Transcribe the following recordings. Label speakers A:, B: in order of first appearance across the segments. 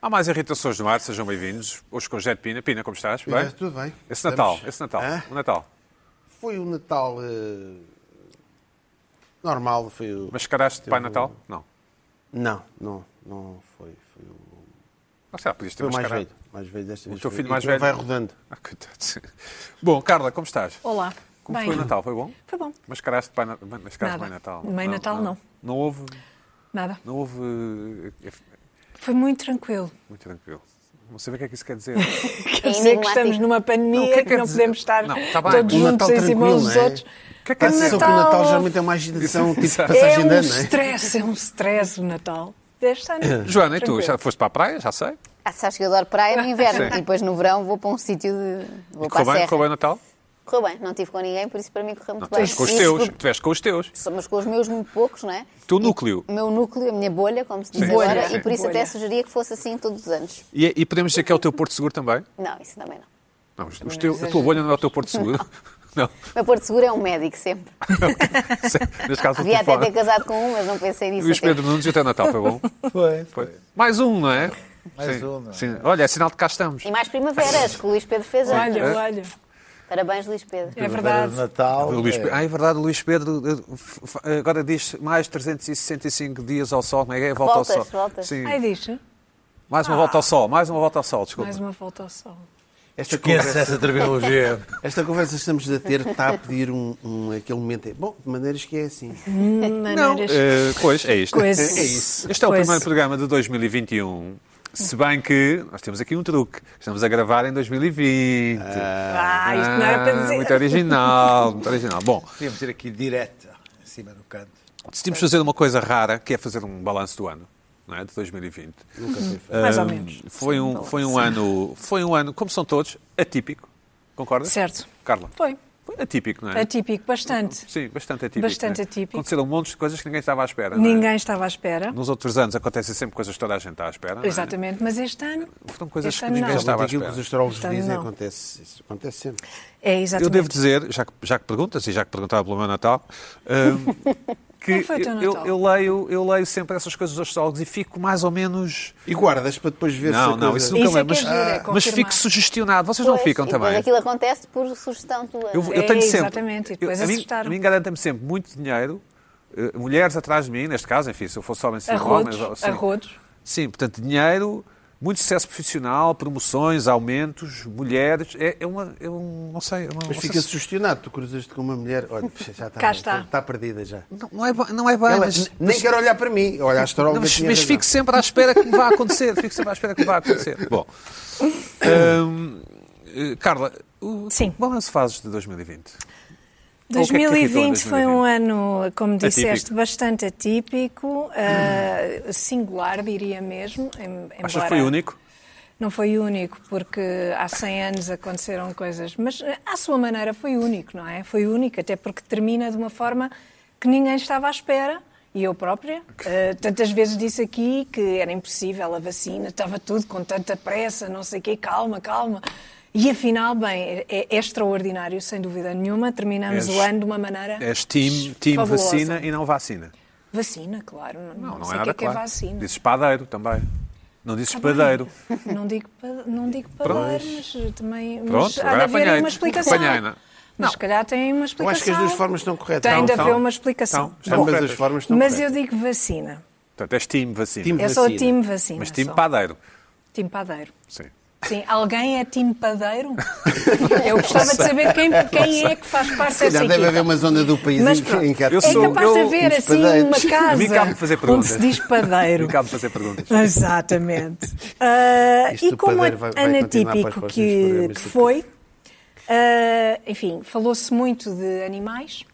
A: Há mais irritações no ar, sejam bem-vindos. Hoje com o Jet Pina. Pina, como estás?
B: Pina, tudo bem.
A: Esse Natal,
B: Estamos-
A: esse Natal,
B: Hã?
A: o Natal.
B: Foi um Natal eh, normal, foi o...
A: Mascaraste de Pai Natal? Não.
B: Não, não, não foi. Foi o,
A: Não sei, lá, podias ter
B: foi o mais
A: mascarado.
B: velho. Mais velho desta vez.
A: teu
B: foi.
A: filho
B: E
A: mais
B: também
A: velho?
B: vai rodando.
A: Ah, coitado. Bom, Carla, como estás?
C: Olá.
A: Como
C: Bem,
A: foi o Natal? Foi bom?
C: Foi bom.
A: Mascaraste de Pai Natal? Mascaraste de
C: Nada.
A: Pai Natal?
C: Mãe Natal, não.
A: Não houve...
C: Nada.
A: Não houve... eh, eh,
C: Foi muito tranquilo.
A: Muito tranquilo. Não sei bem o que é que isso quer dizer.
C: Quer dizer que
D: Enigmático.
C: estamos numa pandemia,
A: Não, o que é que
C: que,
A: quer
C: não
A: dizer?
C: podemos estar
A: Não, tá bem,
C: todos
A: um
C: juntos em cima uns dos
B: não é?
C: outros.
A: que é que é
C: O
A: isso?
B: Só que o Natal geralmente é uma agitação, tipo
A: Exato.
C: é
B: passagem de
C: um
B: ano, não é?
C: stress, é um stress o Natal. Deste ano.
A: Joana, e tu?
C: Tranquilo.
A: Já foste para a praia? Já sei.
D: Ah, sabes que eu adoro praia no inverno
A: Sim.
D: e depois no verão vou para um sítio de. Vou para
A: Correu
D: a
A: bem,
D: serra.
A: correu bem o Natal?
D: Correu bem, não tive com ninguém, por isso para mim correu
A: Não,
D: muito bem.
A: tiveste com os
D: Isso
A: teus.
D: porque-
A: Tiveste com os teus.
D: Mas com os meus muito poucos, não é?
A: Teu núcleo.
D: O meu núcleo, a minha bolha, como se diz
C: Sim. Bolha,
D: agora,
C: sim.
D: e por isso
C: Bolha.
D: até sugeria que fosse assim todos os anos.
A: E, e podemos dizer que é o teu porto seguro também?
D: Não, isso também não.
A: Não, os- os teu- a tua bolha não é o teu porto seguro? Não.
D: O meu porto seguro é um médico sempre.
A: Ah, Neste caso, o
D: Devia até ter
A: telefone.
D: casado com um, mas não pensei nisso.
A: tá Luís
D: até.
A: Pedro Nunes e até o Natal, foi bom?
E: Foi.
A: Foi. Mais um, não é?
E: Mais
A: Sim,
E: um, não é?
A: Sim. Olha, é sinal de que cá estamos.
D: E mais primaveras que o Luís Pedro fez
C: Olha,
D: anos.
C: olha.
D: Parabéns, Luís Pedro.
C: É
E: Primeira
C: verdade.
E: de Natal.
A: O Luís
E: é.
A: Pe- Ah, é verdade, o Luís Pedro eh, f- f- agora diz mais 365 dias ao sol, não é? Volta
D: Voltas,
A: ao sol.
D: voltas.
A: Sim.
C: Ai, diz, hein?
A: Mais uma volta ao sol, mais uma volta ao sol, desculpa.
C: mais uma volta ao sol.
B: Esta
E: Esquece
B: conversa,
E: essa terminologia.
B: esta conversa que estamos a ter está a pedir um, um- aquele momento. é, Bom, de maneiras que é assim.
A: Não,
C: Maneiras.
A: eh, pois, é isto.
C: Coisa.
A: É isso. Este é o
C: Coisa.
A: primeiro programa de 2021. Se bem que nós temos aqui um truque. Estamos a gravar em 2020.
C: Ah, isto não era para dizer.
A: Muito original, muito original. Bom,
E: Podíamos ir aqui direta, em cima do canto.
A: decidimos fazer uma coisa rara, que é fazer um balanço do ano, não é? De 2020.
B: Nunca foi feito.
C: Mais ou
A: Ahm,
C: menos.
A: Ah, Foi
C: Sim,
A: um,
C: balanço.
A: foi um ano, foi um ano, como são todos, atípico. Concordas?
C: Certo.
A: Carla?
C: Foi.
A: Foi atípico, não é?
C: Atípico, bastante.
A: Sim, bastante atípico.
C: Bastante
A: não é?
C: atípico.
A: Aconteceram um monte de coisas que ninguém estava à espera. não é?
C: Ninguém estava à espera.
A: Nos outros anos acontecem sempre coisas que toda a gente está à espera. não é?
C: Exatamente, mas este ano.
A: Foram coisas
C: este
A: que
C: ano
A: ninguém
C: não.
A: estava- à
B: Sabe, aquilo
A: espera.
B: que os astrólogos
C: Portanto,
B: dizem
C: não.
B: acontece, isso acontece sempre.
C: É
A: Eu
C: exatamente.
A: devo dizer, já que, já que perguntas e já que perguntava pelo meu Natal, hum, que
C: Como foi o teu
A: eu- eu,
C: Natal?
A: eu leio, eu leio sempre essas coisas dos astrólogos e fico mais ou menos.
B: E guardas para depois ver se
A: Não,
B: a
A: não,
B: coisa-
A: isso nunca
C: Isso é
A: leio, mas, ah,
C: que é duro, é
A: mas
C: confirmar.
A: fico sugestionado. Vocês não
D: Pois,
A: ficam
D: e
A: também.
D: depois aquilo acontece por sugestão tua.
A: Eu,
D: não é?
A: eu tenho
C: É,
A: sempre.
C: exatamente, e depois
A: eu, a mim-
C: assustaram.
A: A mim garanta-me sempre muito dinheiro, eh, mulheres atrás de mim, neste caso, enfim, se eu assim. fosse homem,
C: A
A: seria homem.
C: rodos,
A: mas,
C: a
A: sim.
C: rodos.
A: Sim, portanto, dinheiro, muito sucesso profissional, promoções, aumentos, mulheres. É, é uma. é um- não sei. é uma-
B: Mas
A: não sei
B: fica
A: se-
B: sugestionado, tu cruzas-te com uma mulher, olha, puxa, já está,
C: Cá está.
B: perdida já.
A: Não, não é, ba- não é bem.
B: Ela
A: mas-
B: n- nem quer olhar para mim, olha a
A: Não,
B: astróloga
A: mas,
B: tinha
A: mas
B: razão.
A: fico sempre à espera que me vá acontecer. Fico sempre à espera que me vá acontecer. Bom. Hum, eh, Carla, o,
C: Sim.
A: que balanço fazes de 2020? Ou o que é que te irritou em
C: 2020 foi um
A: 2020?
C: ano, como disseste,
A: Atípico.
C: bastante atípico, ah, singular, diria mesmo. em-
A: Achas
C: embora
A: que foi único?
C: Não foi único, porque há 100 anos aconteceram coisas, mas eh, à sua maneira foi único, não é? Foi único, até porque termina de uma forma que ninguém estava à espera. E eu própria, eh, tantas vezes disse aqui que era impossível a vacina, estava tudo com tanta pressa, não sei o quê, calma, calma. E afinal, bem, é, é extraordinário, sem dúvida nenhuma, terminamos
A: És-
C: o ano de uma maneira.
A: És team, team
C: fabulosa.
A: vacina e não vacina.
C: Vacina, claro. Não,
A: Não, não,
C: sei
A: é
C: o
A: nada
C: que é que é
A: claro.
C: vacina.
A: Dizes padeiro também. Não dizes
C: Tá bem.
A: padeiro.
C: Não digo, pa- não digo padeiro, mas também mas
A: Pronto,
C: há de
A: agora
C: haver aí
A: apanhei-te.
C: uma explicação.
A: Apanhei, não é?
C: Mas
A: Não.
C: se calhar tem uma
B: Eu
C: explicação.
B: acho que as duas formas estão corretas.
C: Tem de
A: Então,
C: haver
A: então,
C: uma explicação.
A: então, estão
B: Ambas
A: corretas.
B: as formas estão
C: Mas eu
B: corretas.
C: digo vacina.
A: Portanto, és time vacina.
B: Time
C: Eu sou
B: Vacina.
C: time vacina.
A: Mas time
C: sou.
A: padeiro.
C: Time padeiro.
A: Sim.
C: Sim, alguém é time padeiro? Eu gostava de saber quem, quem é que faz parte
B: Já
C: dessa
B: deve
C: equipa.
B: haver uma zona do país
C: Mas
B: em que-
C: pronto,
B: em que há
A: Eu
C: é
A: sou-
C: capaz de
A: eu- um
C: haver
B: os
C: assim uma
B: padeiros.
A: A mim cabe-me
C: casa
A: fazer
C: onde
A: perguntas.
C: se diz padeiro.
A: Me cabe fazer perguntas.
C: Exatamente. Ah,
B: Isto
C: e
B: do
C: como
B: padeiro vai- vai continuar para os
C: anatípico
B: próximos
C: que,
B: programas
C: que
B: do
C: foi, ah, enfim, falou-se muito de animais,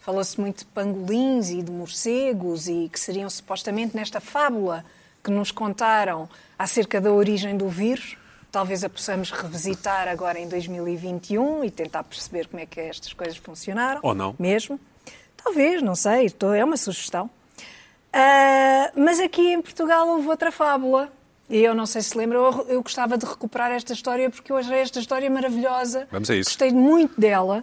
C: falou-se muito de pangolins e de morcegos e que seriam supostamente nesta fábula que nos contaram acerca da origem do vírus. Talvez a possamos revisitar agora em 2021 e tentar perceber como é que estas coisas funcionaram.
A: Ou não.
C: Mesmo. Talvez, não sei, estou- é uma sugestão. Ah, mas aqui em Portugal houve outra fábula. E eu não sei se lembra, eu, eu gostava de recuperar esta história porque hoje é esta história maravilhosa.
A: Vamos a isso.
C: Gostei muito dela.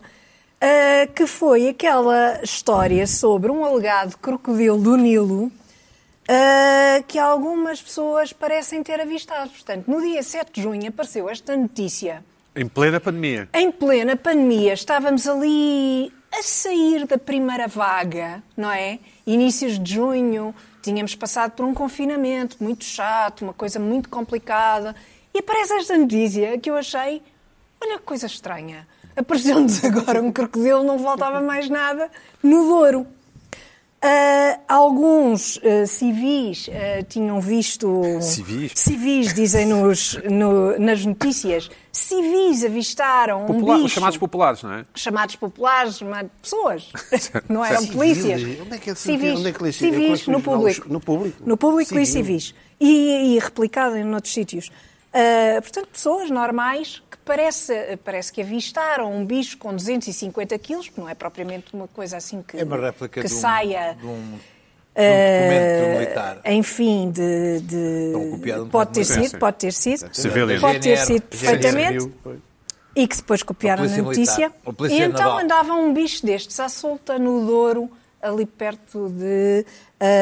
C: ah, que foi aquela história sobre um alegado crocodilo do Nilo ah, que algumas pessoas parecem ter avistado. Portanto, no dia 7 de junho apareceu esta notícia.
A: Em plena pandemia.
C: Em plena pandemia, estávamos ali a sair da primeira vaga, não é? Inícios de junho, tínhamos passado por um confinamento muito chato, uma coisa muito complicada. E aparece esta notícia que eu achei, olha que coisa estranha. Apareceu-nos agora um crocodilo, não voltava mais nada no Douro. Ah, alguns ah, civis ah, tinham visto.
A: Civis?
C: Civis, dizem nos, no- nas notícias. Civis avistaram
A: Popula-
C: um bicho.
A: os chamados populares, não é?
C: chamados populares, chamados pessoas. Não eram
B: Civis?
C: polícias.
B: Onde é que é civis?
C: civis?
B: Onde é que lê civis? Eu
C: civis
B: conheço
C: no
B: os jornais-
C: público.
B: no público.
C: No público e
B: Civil.
C: civis. E, e replicado em outros sítios. Ah, portanto, pessoas normais que parece, parece que avistaram um bicho com 250 quilos, que não é propriamente uma coisa assim que,
E: É uma réplica
C: que
E: de um,
C: saia Eh,
E: de um, de um documento militar.
C: É, enfim, de, de-
E: Estão copiadas um
C: pode ter
E: bocado,
A: não é?
C: sido, pode ter sido,
A: Civilian.
C: pode ter
E: GNR,
C: sido perfeitamente
B: Civil, pois.
C: e que depois copiaram
E: A
C: na
E: polícia
C: notícia.
E: militar, a polícia
C: E então
E: naval.
C: andava um bicho destes à solta no Douro, ali perto de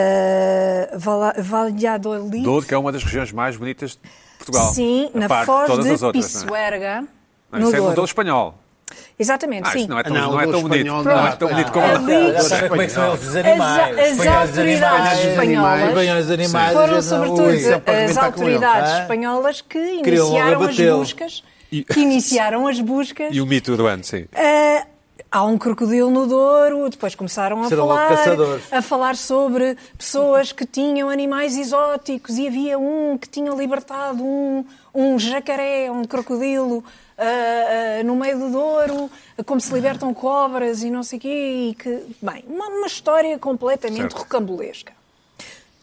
C: uh, Vala- Valladolid.
A: Douro, que é uma das regiões mais bonitas de Portugal.
C: Sim,
A: A
C: na
A: par de
C: Foz
A: todas as
C: de
A: outras, não é?
C: Pissuerga.
A: Não,
C: no
A: isso é no
C: Douro.
A: Douro espanhol.
C: Exatamente,
A: Ah,
C: sim.
A: isso não é tão,
B: Ah, não,
A: não é
B: o
A: tão
B: Douro
A: bonito.
B: espanhol
A: Não é
B: não.
A: tão bonito como
C: Ah,
A: lá.
C: ali-
E: Já sei como é que são os animais.
C: As- as
E: Põem os
C: autoridades
E: animais,
C: espanholas
E: põem os animais,
C: Foram
E: a gente não-
C: sobretudo
E: Ui, isso é para
C: as
E: arrebentar com
C: autoridades
E: eles, não é?
C: espanholas que
E: Queriam
C: iniciaram as
E: abatê-lo.
C: buscas. Que iniciaram as buscas.
A: E o mito do ano, sim.
C: Ah, há um crocodilo no Douro, depois começaram a
E: Serão logo
C: falar,
E: caçadores.
C: a falar sobre pessoas que tinham animais exóticos e havia um que tinha libertado um, um jacaré, um crocodilo ah, ah, no meio do Douro, como se libertam cobras e não sei o quê, e que, bem, uma, uma história completamente
A: Certo.
C: rocambolesca.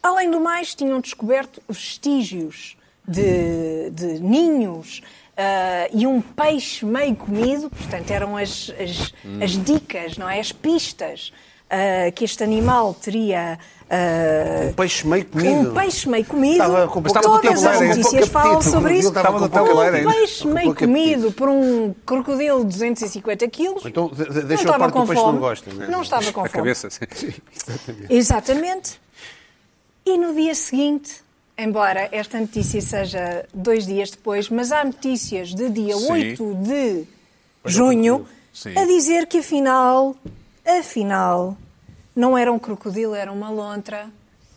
C: Além do mais, tinham descoberto vestígios de, de ninhos ah, e um peixe meio comido, portanto, eram as, as, as dicas, não é? As pistas ah, que este animal teria. ah,
B: Um peixe meio comido.
C: um peixe meio comido.
B: Estava com-
A: estava com
C: Todas as
A: tabuleiro, com
C: notícias
B: pouco
C: falam
B: apetite, o
C: sobre
B: crocodilo
C: isso.
B: estava
A: com pouco
C: um
A: apetite.
C: peixe
B: Com
C: meio
B: pouco apetite.
C: comido por um crocodilo de 250 quilos.
B: Então, de- de-
C: não
B: deixa a
C: estava
B: parte
C: com
B: do peixe que
C: fome.
B: não gosta, né?
C: Não estava com
A: A
C: fome.
A: cabeça, sim.
C: Exatamente. E no dia seguinte, embora esta notícia seja dois dias depois, mas há notícias de dia
A: Sim.
C: 8 de junho
A: Sim.
C: a dizer que afinal, afinal, não era um crocodilo, era uma lontra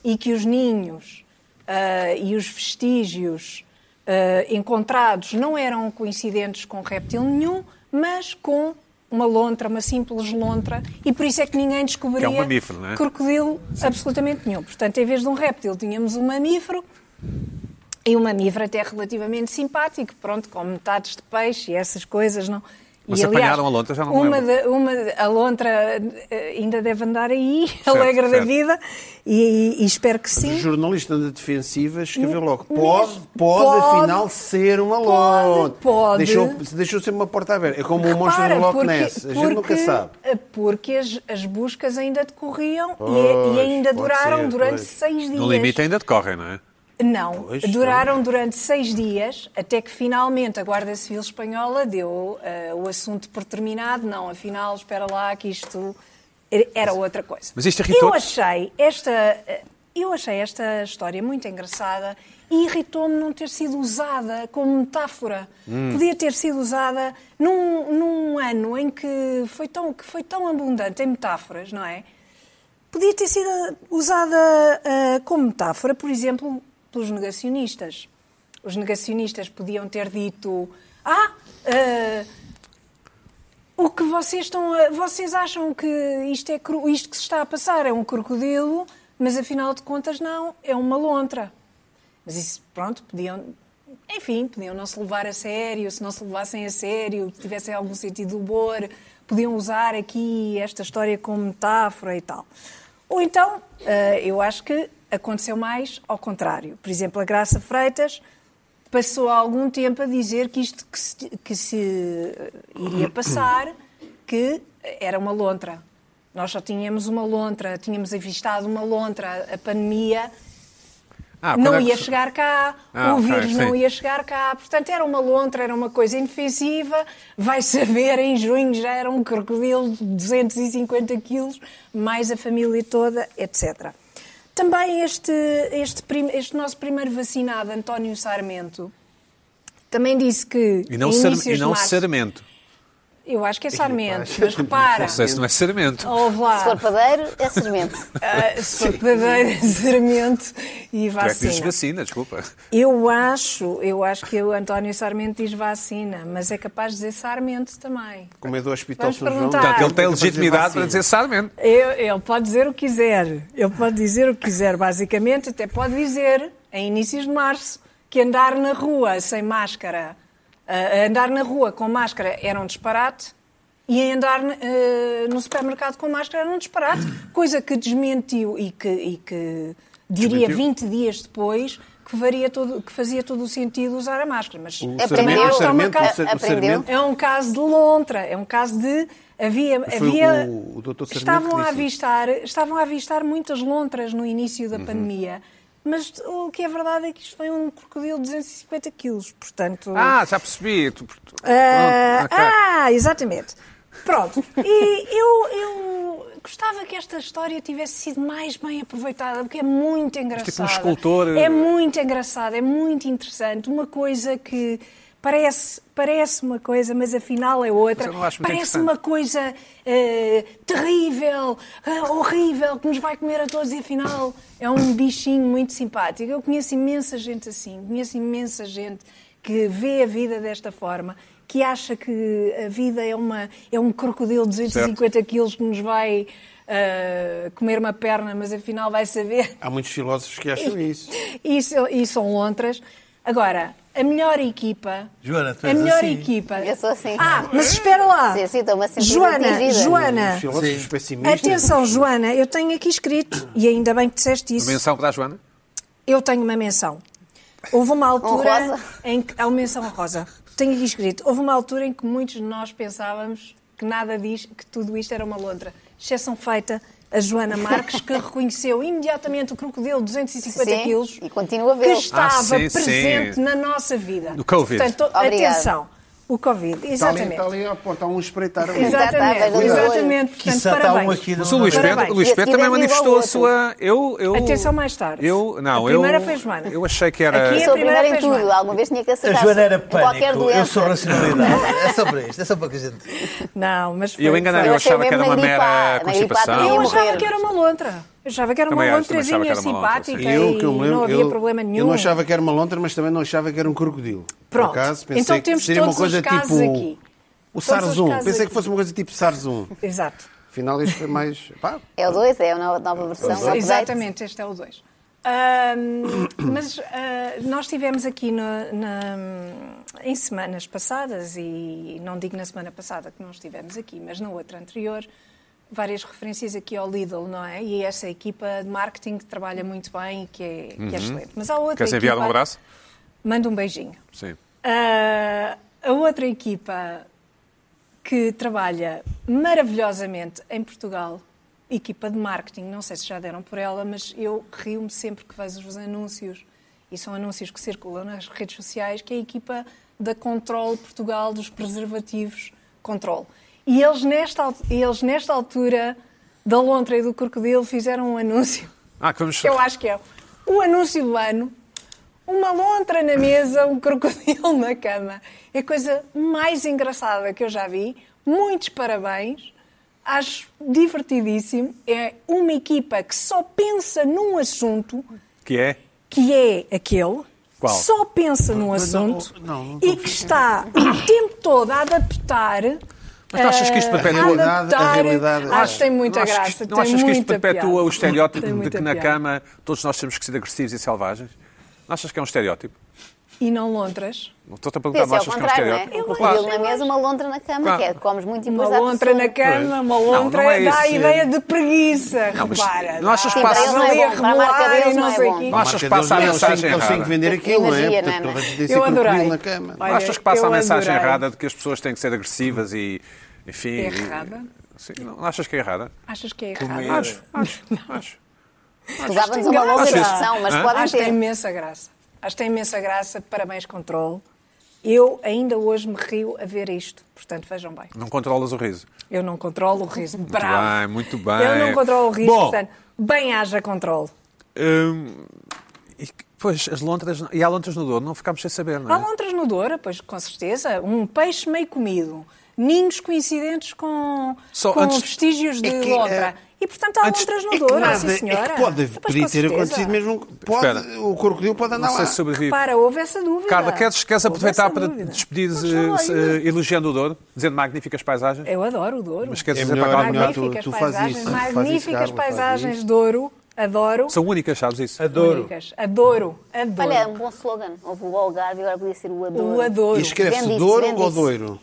C: e que os ninhos ah, e os vestígios ah, encontrados não eram coincidentes com réptil nenhum, mas com uma lontra, uma simples lontra, e por isso é que ninguém descobriu
A: Que é um mamífero, não é?
C: crocodilo absolutamente nenhum. Portanto, em vez de um réptil, tínhamos um mamífero. E um mamífero até relativamente simpático, pronto, com metades de peixe e essas coisas, não?
A: Mas
C: e,
A: apanharam a lontra, já não me
C: uma
A: lembro.
C: da- uma da- A lontra eh, ainda deve andar aí, alegre da
A: certo.
C: vida, e, e espero que
B: O
C: sim.
B: jornalista da defensiva escreveu logo:
C: Mesmo.
B: pode, pode,
C: Pode.
B: afinal ser uma
C: Pode,
B: lote.
C: pode.
B: Deixou, deixou sempre uma porta aberta. É como o monstro
C: Repara,
B: do Loch
C: porque-
B: Ness. A gente nunca
C: porque- eh,
B: sabe.
C: Porque as, as buscas ainda decorriam e- e,
B: Pois,
C: ainda
B: pode
C: duraram
B: ser,
C: durante
B: pois.
C: seis dias.
A: No limite ainda decorrem, não é?
C: Não,
B: Pois,
C: duraram durante seis dias, até que finalmente a Guarda Civil Espanhola deu eh, o assunto por terminado. Não, afinal, espera lá que isto era outra coisa.
A: Mas isto é
C: Eu
A: irritou-te?
C: achei esta, eh, eu achei esta história muito engraçada e irritou-me não ter sido usada como metáfora.
A: Hum.
C: Podia ter sido usada num, num ano em que foi tão, que foi tão abundante em metáforas, não é? podia ter sido usada ah, como metáfora, por exemplo, pelos negacionistas. Os negacionistas podiam ter dito: Ah, ah, o que vocês estão a, vocês acham que isto é cru- isto que se está a passar é um crocodilo, mas afinal de contas não, é uma lontra. Mas isso, pronto, podiam, enfim, podiam não se levar a sério, se não se levassem a sério, tivessem algum sentido de humor, podiam usar aqui esta história como metáfora e tal. Ou então, ah, eu acho que aconteceu mais ao contrário. Por exemplo, a Graça Freitas passou algum tempo a dizer que isto que se, que se, eh, iria passar, que era uma lontra. Nós só tínhamos uma lontra, tínhamos avistado uma lontra, a pandemia
A: Ah, quando
C: não
A: é que
C: ia
A: se-
C: chegar cá,
A: Ah,
C: o
A: ok,
C: vírus não
A: sim.
C: ia chegar cá, portanto era uma lontra, era uma coisa indefensiva, vai saber, em junho já era um crocodilo de 250 quilos, mais a família toda, etc. Também este, este, prim- este nosso primeiro vacinado, António Sarmento, também disse que.
A: E não,
C: em
A: Sar- e
C: inícios de
A: não
C: março-
A: Sarmento.
C: Eu acho que é Sarmento,
B: acho-
C: mas repara.
A: Não sei se não é Sarmento.
C: Ouve
D: Se for
C: lá.
D: padeiro, é sermente.
C: ah, Se for padeira, Sarmento e
A: Tu é que dizes
C: vacina. Ah,
A: vacina, desculpa.
C: Eu acho, eu acho que o António Sarmento diz vacina, mas é capaz de dizer Sarmento também.
B: Como é do Hospital
C: Vamos
B: São João.
C: perguntar.
A: Portanto, ele tem
B: Nunca
A: legitimidade
B: fazia
A: para dizer
B: vacina.
A: Sarmento.
C: Eu- ele pode dizer o que quiser. Ele pode dizer o que quiser, basicamente. Até pode dizer, em inícios de março, que andar na rua sem máscara, ah, andar na rua com máscara era um disparate e andar eh, no supermercado com máscara era um disparate. Coisa que desmentiu e que, e que diria
A: Desmentiu?
C: 20 dias depois que, faria todo, que fazia todo o sentido usar a máscara. Mas
B: O Sarmento,
D: Aprendeu.
B: o Sarmento, o Sar- o
D: Aprendeu.
B: Sarmento
C: é um caso de lontra, é um caso de havia
B: Foi
C: havia
B: o- o Dr. Sarmento
C: estavam
B: que
C: a
B: disse
C: avistar, estavam a avistar muitas lontras no início
B: Uhum.
C: da pandemia. Mas o que é verdade é que isto foi um crocodilo de 250 quilos, portanto...
A: Ah, já percebi. Tu-
C: Ah,
A: Ah, ok.
C: ah, exatamente. Pronto. E eu, eu gostava que esta história tivesse sido mais bem aproveitada, porque é muito
B: tipo,
C: engraçada.
A: um escultor.
C: É muito engraçada, é muito interessante. Uma coisa que parece, parece uma coisa, mas afinal é
A: Mas
C: outra.
A: eu não acho muito
C: parece
A: interessante.
C: uma coisa eh, terrível, eh, horrível, que nos vai comer a todos e afinal é um bichinho muito simpático. Eu conheço imensa gente assim, conheço imensa gente que vê a vida desta forma, que acha que a vida é, uma, é um crocodilo de 250 quilos que nos vai eh, comer uma perna, mas afinal vai saber
B: Há muitos filósofos que acham isso.
C: e, so- e são lontras. Agora, a melhor equipa.
E: Joana, tu
C: a
E: és
C: melhor
E: assim.
C: equipa.
D: Eu sou assim.
C: Ah, mas espera lá.
D: Sim, sim, estou-me a sentir
C: Joana,
D: atingida.
C: Joana.
B: Os filósofos pessimistas.
C: Atenção, Joana, eu tenho aqui escrito, e ainda bem que disseste
A: A
C: isso,
A: menção que dá a Joana?
C: eu tenho uma menção. Houve uma altura
D: Honrosa.
C: em que. Há uma menção rosa. Tenho aqui escrito. Houve uma altura em que muitos de nós pensávamos que nada diz, que tudo isto era uma lontra. Exceção feita a Joana Marques, que reconheceu imediatamente o crocodilo de 250
D: Sim,
C: quilos.
D: e continua a
C: Que
D: vê-lo.
C: estava
A: Ah, sim, sim.
C: presente na nossa vida.
A: No Covid.
C: Portanto,
D: Obrigada.
C: atenção. O Covid,
B: Está ali,
C: exatamente.
B: está ali à porta, há um espreitar ali.
D: Exato. Exatamente,
C: Exatamente, exatamente.
E: Que
C: Portanto,
E: está um
C: parabéns.
E: aqui
A: Mas o Luís
C: Parabéns.
A: Pedro, o Luís
D: E a
A: Pedro
D: seguir
A: também
D: é nível
A: manifestou a
D: outro.
A: sua. Eu, eu,
C: Atenção mais tarde.
A: Eu, não,
C: A primeira
A: eu,
C: foi Joana.
A: eu achei que era.
C: Aqui é
D: Eu
C: E a
D: sou é a
C: primeira
D: primeira em
C: fez
D: tudo.
C: mal.
D: Alguma vez tinha que
E: A
D: acertar.
E: Joana era
D: em Qualquer
E: pânico.
D: doença.
E: Eu sou racionalidade. É sobre isto. É só para que a gente.
C: Não, mas foi,
A: Eu enganei,
C: foi.
A: eu
D: Eu achei
A: achava que era
D: mesmo
A: uma
D: na
A: mera
C: né?
D: gripe A, na gripe A
A: constipação.
D: também
C: Eu
D: Não,
C: achava
D: morrer.
C: que era uma lontra. Eu achava que era uma
A: Também acho, também achava que
C: lontrazinha
A: era uma lontra,
C: simpática
A: sim.
B: Eu
C: e
B: que eu me lembro.
C: não havia
B: eu,
C: problema
B: eu
C: nenhum.
B: não achava que era uma lontra, mas também não achava que era um crocodilo.
C: Pronto.
B: Por acaso, pensei
C: Então
B: que
C: temos
B: seria
C: todos
B: uma coisa
C: os casos
B: tipo.
C: aqui.
B: O
C: Todos os
B: SARS 1.
C: casos
B: Pensei
C: aqui.
B: que fosse uma coisa tipo SARS 1.
C: Exato.
B: Afinal, este foi mais. Pá,
D: É o 2, é a nova, nova versão. o update.
C: Exatamente, este é o 2. mas ah, nós tivemos aqui na- na- em semanas passadas, e não digo na semana passada que não estivemos aqui, mas na outra anterior, várias referências aqui ao Lidl, não é? E essa equipa de marketing que trabalha muito bem e que é, que é excelente. Mas há outra
A: Uhum. Queres enviar um
C: equipa-
A: abraço?
C: Manda um beijinho.
A: Sim.
C: Ah, a outra equipa que trabalha maravilhosamente em Portugal, equipa de marketing, não sei se já deram por ela, mas eu rio-me sempre que vejo os anúncios, e são anúncios que circulam nas redes sociais, que é a equipa da Control Portugal dos preservativos Control. E eles nesta, al- eles nesta altura da lontra e do crocodilo fizeram um anúncio
A: Ah, que vamos.
C: eu acho que é. Um anúncio do ano, uma lontra na mesa, um crocodilo na cama. É a coisa mais engraçada que eu já vi. Muitos parabéns. Acho divertidíssimo. É uma equipa que só pensa num assunto,
A: Que é?
C: que é aquele.
A: Qual?
C: Só pensa num
B: não,
C: assunto
B: não, não
C: e que está o tempo todo a adaptar.
A: Mas tu achas que isto
C: eh,
A: perpetua-
C: a
B: realidade- a
C: adaptar-
B: realidade-
C: Acho que tem muita
A: Não achas que
C: graça.
A: isto-
C: tem
A: Não achas que isto
C: muita
A: perpetua
C: piada.
A: o estereótipo
C: Tem
A: de
C: muita
A: que na
C: piada.
A: cama todos nós temos que ser aggressivos e selvagens? Não achas que é um estereótipo?
C: E não lontras.
A: Não Estou-te a perguntar,
D: Isso
A: não
D: é ao
A: achas que é um
D: contrário, não é?
A: estereótipo?
D: Um
C: acho-
D: crocodilo na
C: eu
D: mesa, uma lontra na cama,
A: Claro.
D: que é, comes muito e
C: Uma
D: depois dá
C: lontra na cama, uma
A: Não,
C: lontra
A: não é
C: dá a
A: isso.
C: ideia de preguiça,
A: Não, mas
C: repara.
A: não achas
C: dá-
A: que passa-
C: estás ali a
D: Para eles não é bom, para a marca
C: rebolar
D: deles
C: e não
D: não é
C: sei
D: bom.
C: quê.
A: Não achas que
B: marca
A: passa a
B: deles, eles têm-
A: mensagem
B: Eles têm que
A: errada?
B: vender aquilo, não é?
D: Energia,
B: Portanto,
D: não é?
B: toda a gente disse
C: né, Eu
B: crocodilo
C: adorei.
B: na cama.
C: Olha,
A: achas que passa
C: eu
A: a mensagem
C: adorei. É
A: errada de que as pessoas têm que ser agressivas e, enfim... e-
C: Errada?
A: Sim, não não achas que é errada?
C: Achas que é errado?
E: Comer.
A: Acho, acho, acho.
D: Precisávamos uma lontra
A: Achas-
D: versão, mas
A: Hã?
D: podem
C: Acho que tem
D: ter.
C: imensa graça. Acho que tem imensa graça. Parabéns, controle. Eu ainda hoje me rio a ver isto. Portanto, vejam bem.
A: Não controlas o riso.
C: Eu não controlo o riso. Muito Bravo.
A: bem, muito bem.
C: Eu não controlo o riso.
A: Bom.
C: Portanto, bem haja controle.
A: Hum, e, pois, as lontras, e há lontras no Douro, não ficámos sem saber, não
C: Há
A: é?
C: lontras no Douro, pois com certeza. Um peixe meio comido. Ninhos coincidentes com,
A: Só
C: com
A: antes-
C: vestígios de
B: É que,
C: lontra.
B: é-
C: E, portanto, há
A: antes-
C: lontras no
B: É que
C: Douro,
B: nada,
C: sim senhora.
B: É que pode,
C: Pois,
B: poderia ter
C: com certeza.
B: acontecido mesmo. Pode,
A: Espera.
B: o crocodilo pode andar
A: Não sei
B: lá.
A: se sobrevive.
C: Repara, houve essa dúvida.
A: Carla, queres, queres
C: Houve
A: aproveitar
C: essa
A: para te
C: dúvida.
A: despedir eh,
B: lá,
A: se-
B: ainda.
A: elogiando o Douro, dizendo magníficas paisagens?
C: Eu adoro o Douro.
A: Mas queres
B: É
A: dizer
B: melhor,
A: para a
B: é
A: Carla?
B: melhor.
C: magníficas
B: tu- tu fazes
C: paisagens,
B: isso, fazes isso,
C: magníficas
B: Carla, fazes
C: paisagens,
B: isso.
C: Douro. Adoro.
A: São únicas, sabes isso?
E: Adoro.
C: Únicas. Adoro. Adoro.
D: Olha, um bom slogan. Houve o Algarve e agora podia ser o Adoro.
C: o adoro.
B: E escreve-se
D: Bendito,
B: Douro
D: bendito.
B: ou Doiro?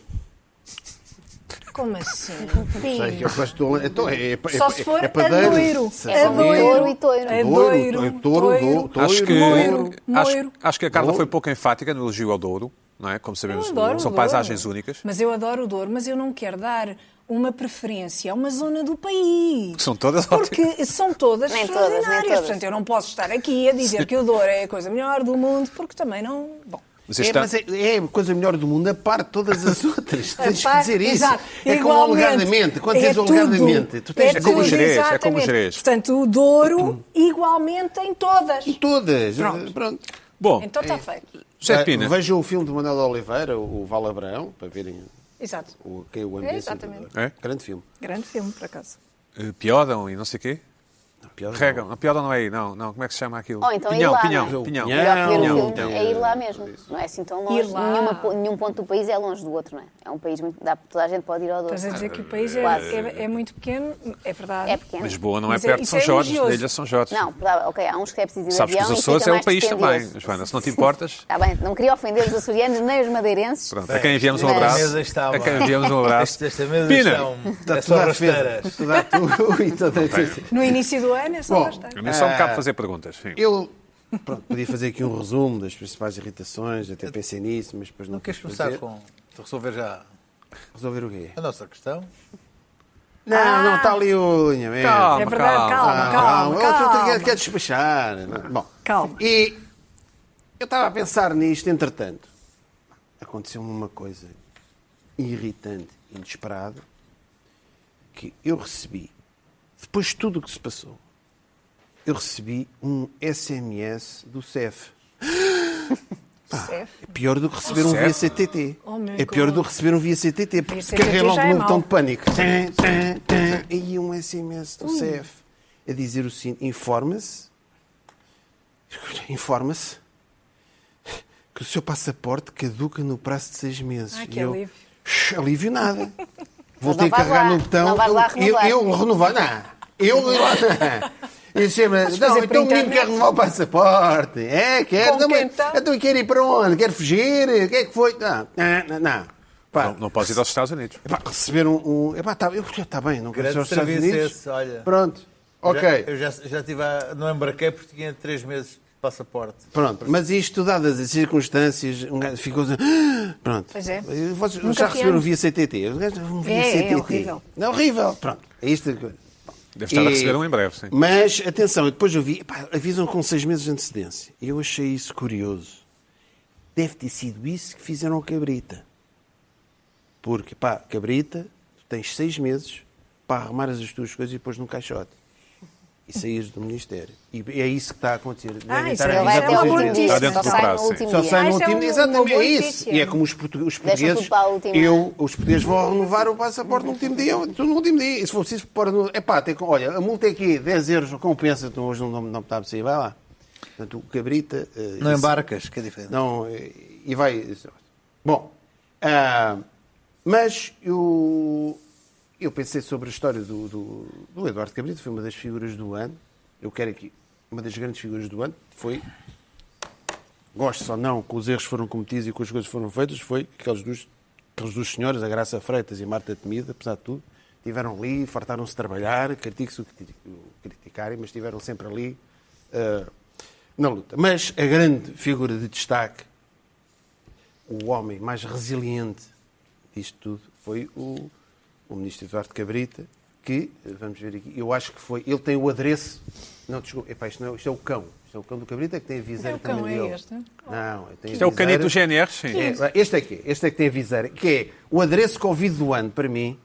C: Como assim?
B: Sei que eu gosto de Holanda. Então é, é, é,
C: Só se for
B: é padeiro.
C: adoiro.
B: Se
D: É
B: for
C: Adoiro.
D: Douro e toiro.
B: Douro,
C: Adoiro.
B: touro, touro, touro.
A: Acho que,
C: Moiro,
A: acho,
C: Moiro.
A: acho que a Carla
B: Douro.
A: foi pouco enfática no elogio ao Douro, não é? Como
C: Eu
A: sabemos,
C: adoro o
A: são
C: Douro.
A: paisagens únicas.
C: Mas eu adoro o Douro, mas eu não quero dar uma preferência a uma zona do país.
A: São todas
C: Porque são todas
D: Nem todas, nem
C: extraordinárias.
D: todas.
C: Portanto, eu não posso estar aqui a dizer que o Douro é a coisa melhor do mundo, porque também não. Bom.
A: Mas
B: É,
A: este ano-
B: mas é, é a coisa melhor do mundo, a par de todas as outras.
C: A
B: tens
C: par-
B: que dizer isso.
C: Exato.
B: É como
C: Igualmente.
B: alegadamente. Quando
C: É
B: dizes
C: tudo.
B: alegadamente, tu tens
A: É
B: de
A: como
C: tudo,
A: o
B: dizer
A: gerês, é
C: exatamente.
A: como o gerês.
C: Portanto, o Douro igualmente em todas.
B: isso. todas.
C: Pronto.
B: Pronto.
A: Bom,
C: Então
D: É
C: está feito.
A: José
B: Ah,
A: Pina,
B: Vejam o filme de Manuel de Oliveira, o Val Abrão, para verem
C: Exato.
B: o, que é o ambiente.
C: exatamente.
B: do Douro.
A: É?
B: Grande filme.
C: Grande filme, por acaso.
A: eh, piodam e não sei o quê?
B: Pior não.
A: Regam, a piada não é aí, não, não, como é que se chama aquilo?
D: Ou então ir
A: pinhão,
D: lá,
A: pinhão,
D: não é?
A: pinhão.
B: Pinhão.
D: Melhor que ver
A: Não,
D: o filme
A: não.
D: é ir lá mesmo. Não é assim tão longe.
C: Ir lá.
D: Nenhuma po- nenhum ponto do país é longe do outro, não é? É um país muito. Dá, toda a gente pode ir ao Douro.
C: Estás a dizer
A: Ah,
C: que o país é,
D: Quase.
C: é- é muito pequeno, é verdade.
D: É pequeno.
A: Lisboa não é
C: Mas é-
A: perto de
C: isso
A: São
C: é
A: Jorge, da
C: elogioso.
A: Ilha de São Jorge.
D: Não, dá- ok, há uns que é preciso ir de
A: Sabes que
D: avião
A: os
D: e
A: Açores
D: fica
A: é o
D: mais
A: país
D: dispendioso.
A: também, Joana, se não te importas.
D: Está bem, não queria ofender os açorianos nem os madeirenses.
A: Pronto, a quem enviamos um
D: Mas-
A: abraço.
E: É. mesa está
A: A quem
E: bem.
A: enviamos um abraço.
E: Esta, esta mesa
A: Pina,
E: está um- é só
B: Toda a defesa,
E: rasteiras.
B: toda a tua e toda a defesa.
C: No início do ano é só
B: Bom,
C: bastante.
A: a mim só me cabe
B: Ah,
A: um fazer perguntas. sim.
B: Eu pronto, podia fazer aqui um resumo das principais irritações, até pensei nisso, mas depois não,
E: Não queres
B: quis
E: começar
B: fazer.
E: com. Ah! De resolver já
B: Resolver o quê?
E: a nossa questão?
B: Não, não, está ali o alinhamento.
A: Calma,
C: É verdade, calma,
B: Ah,
C: calma,
B: eu tô- tô-
C: calma.
B: Quero, quero despachar. Não, é? Bom,
C: Calma.
B: E eu estava a pensar nisto, entretanto, aconteceu-me uma coisa irritante, inesperada, que eu recebi, depois de tudo o que se passou, eu recebi um SMS do CEF.
C: Percebe?
B: É pior do que receber um
A: CEF?
B: via CTT.
C: Oh, meu
B: é pior
C: God.
B: do que receber um via CTT, porque
C: CTT
B: carreguei logo
C: já é
B: no botão
C: mau.
B: de pânico. Tum, tum, tum. E um SMS
C: Hum.
B: do CF a dizer o seguinte: informa-se, informa-se que o seu passaporte caduca no prazo de seis meses.
C: Ai, que
B: E eu,
C: alívio.
B: "Shh, alívio nada. Voltei a
D: vai
B: carregar
D: lá,
B: no botão.
D: não vai lá
B: eu,
D: renovar.
B: eu renovar, não. Eu renovar, não. E chama, não,
C: fazer por
B: então o menino
C: internet?
B: quer renovar o passaporte. É, quer.
C: Com
B: não,
C: quem
B: mas-
C: tá?
B: então eu quero ir para onde? Quero fugir? O que é que foi? Não, não, não, não. Pá,
A: Não, não podes ir aos Estados Unidos.
B: epá, receber um... um epá, tá, eu, tá bem, não quero
E: Grande
B: ser aos Estados
E: serviço
B: Unidos.
E: esse, olha.
B: Pronto, ok.
E: Já- eu já, já tive a, não embarquei porque tinha três meses de passaporte.
B: Pronto, mas isto, dadas as circunstâncias, um gajo ficou assim. "Ah!" Pronto.
C: Pois é.
B: Vocês
C: Nunca
B: já receberam um
C: fiamos.
B: via CTT? Os gajos, Um via
C: É, é
B: CTT.
C: horrível.
B: É horrível. Pronto, é isto. que-
A: Deve estar a
B: E-
A: receber um em breve, sim.
B: Mas, atenção, eu depois eu vi, pá, avisam com seis meses de antecedência. Eu achei isso curioso. Deve ter sido isso que fizeram ao Cabrita. Porque, pá, Cabrita, tu tens seis meses para arrumar as tuas coisas e depois num caixote. E saíres do Ministério. E é isso que está a acontecer. Devem
C: isso
B: estar a
C: é
D: Ele
B: avisar
D: vai
C: Exato,
D: até ao
B: com seis
C: boa
D: último
B: meses.
A: Está
D: dia,
A: dentro
D: só
A: do
D: sai
A: prazo,
D: no
A: sim.
D: último
B: Só
D: dia.
B: sai
C: Ah,
B: no
C: isso é
B: último
C: um-
B: dia.
C: uma
B: Exatamente,
C: boa
B: é isso.
C: notícia.
B: E é como os, portu- os
D: Deixa-te
B: portugueses.
D: para o último
B: eu, os portugueses vão renovar o passaporte no último dia. Tu no último dia. E se fosse isso, para no. Epá, tem, que- olha, a multa é aqui, 10 euros, compensa. Tu hoje não, não, não está a sair, vai lá. Portanto, o cabrita. eh,
E: Não
B: esse-
E: embarcas, que é diferente.
B: Não, eh, e vai. Bom, ah, mas eu, eu pensei sobre a história do, do, do Eduardo Cabrita, foi uma das figuras do ano. Eu quero aqui. Uma das grandes figuras do ano foi gosto ou não, que os erros foram cometidos e que as coisas foram feitas, foi que aqueles dos, aqueles dos senhores, a Graça Freitas e a Marta Temida, apesar de tudo, estiveram ali, fartaram-se de trabalhar, critiquem-se o que ti- o criticarem, mas estiveram sempre ali ah, na luta. Mas a grande figura de destaque, o homem mais resiliente disto tudo, foi o, o ministro Eduardo Cabrita, que, eh, vamos ver aqui, eu acho que foi, ele tem o adereço, não, desculpa, epá, isto, não, é- isto é o cão, isto é o cão do Cabrita que tem a viseira
C: É o cão,
B: também
C: é
B: dele.
C: este?
B: Não, tem a
A: Isto é o
B: viseira.
A: canito do GNR, sim.
B: É, este é que
C: Uhum.
B: este é que tem a viseira, que é o adereço Covid do ano para mim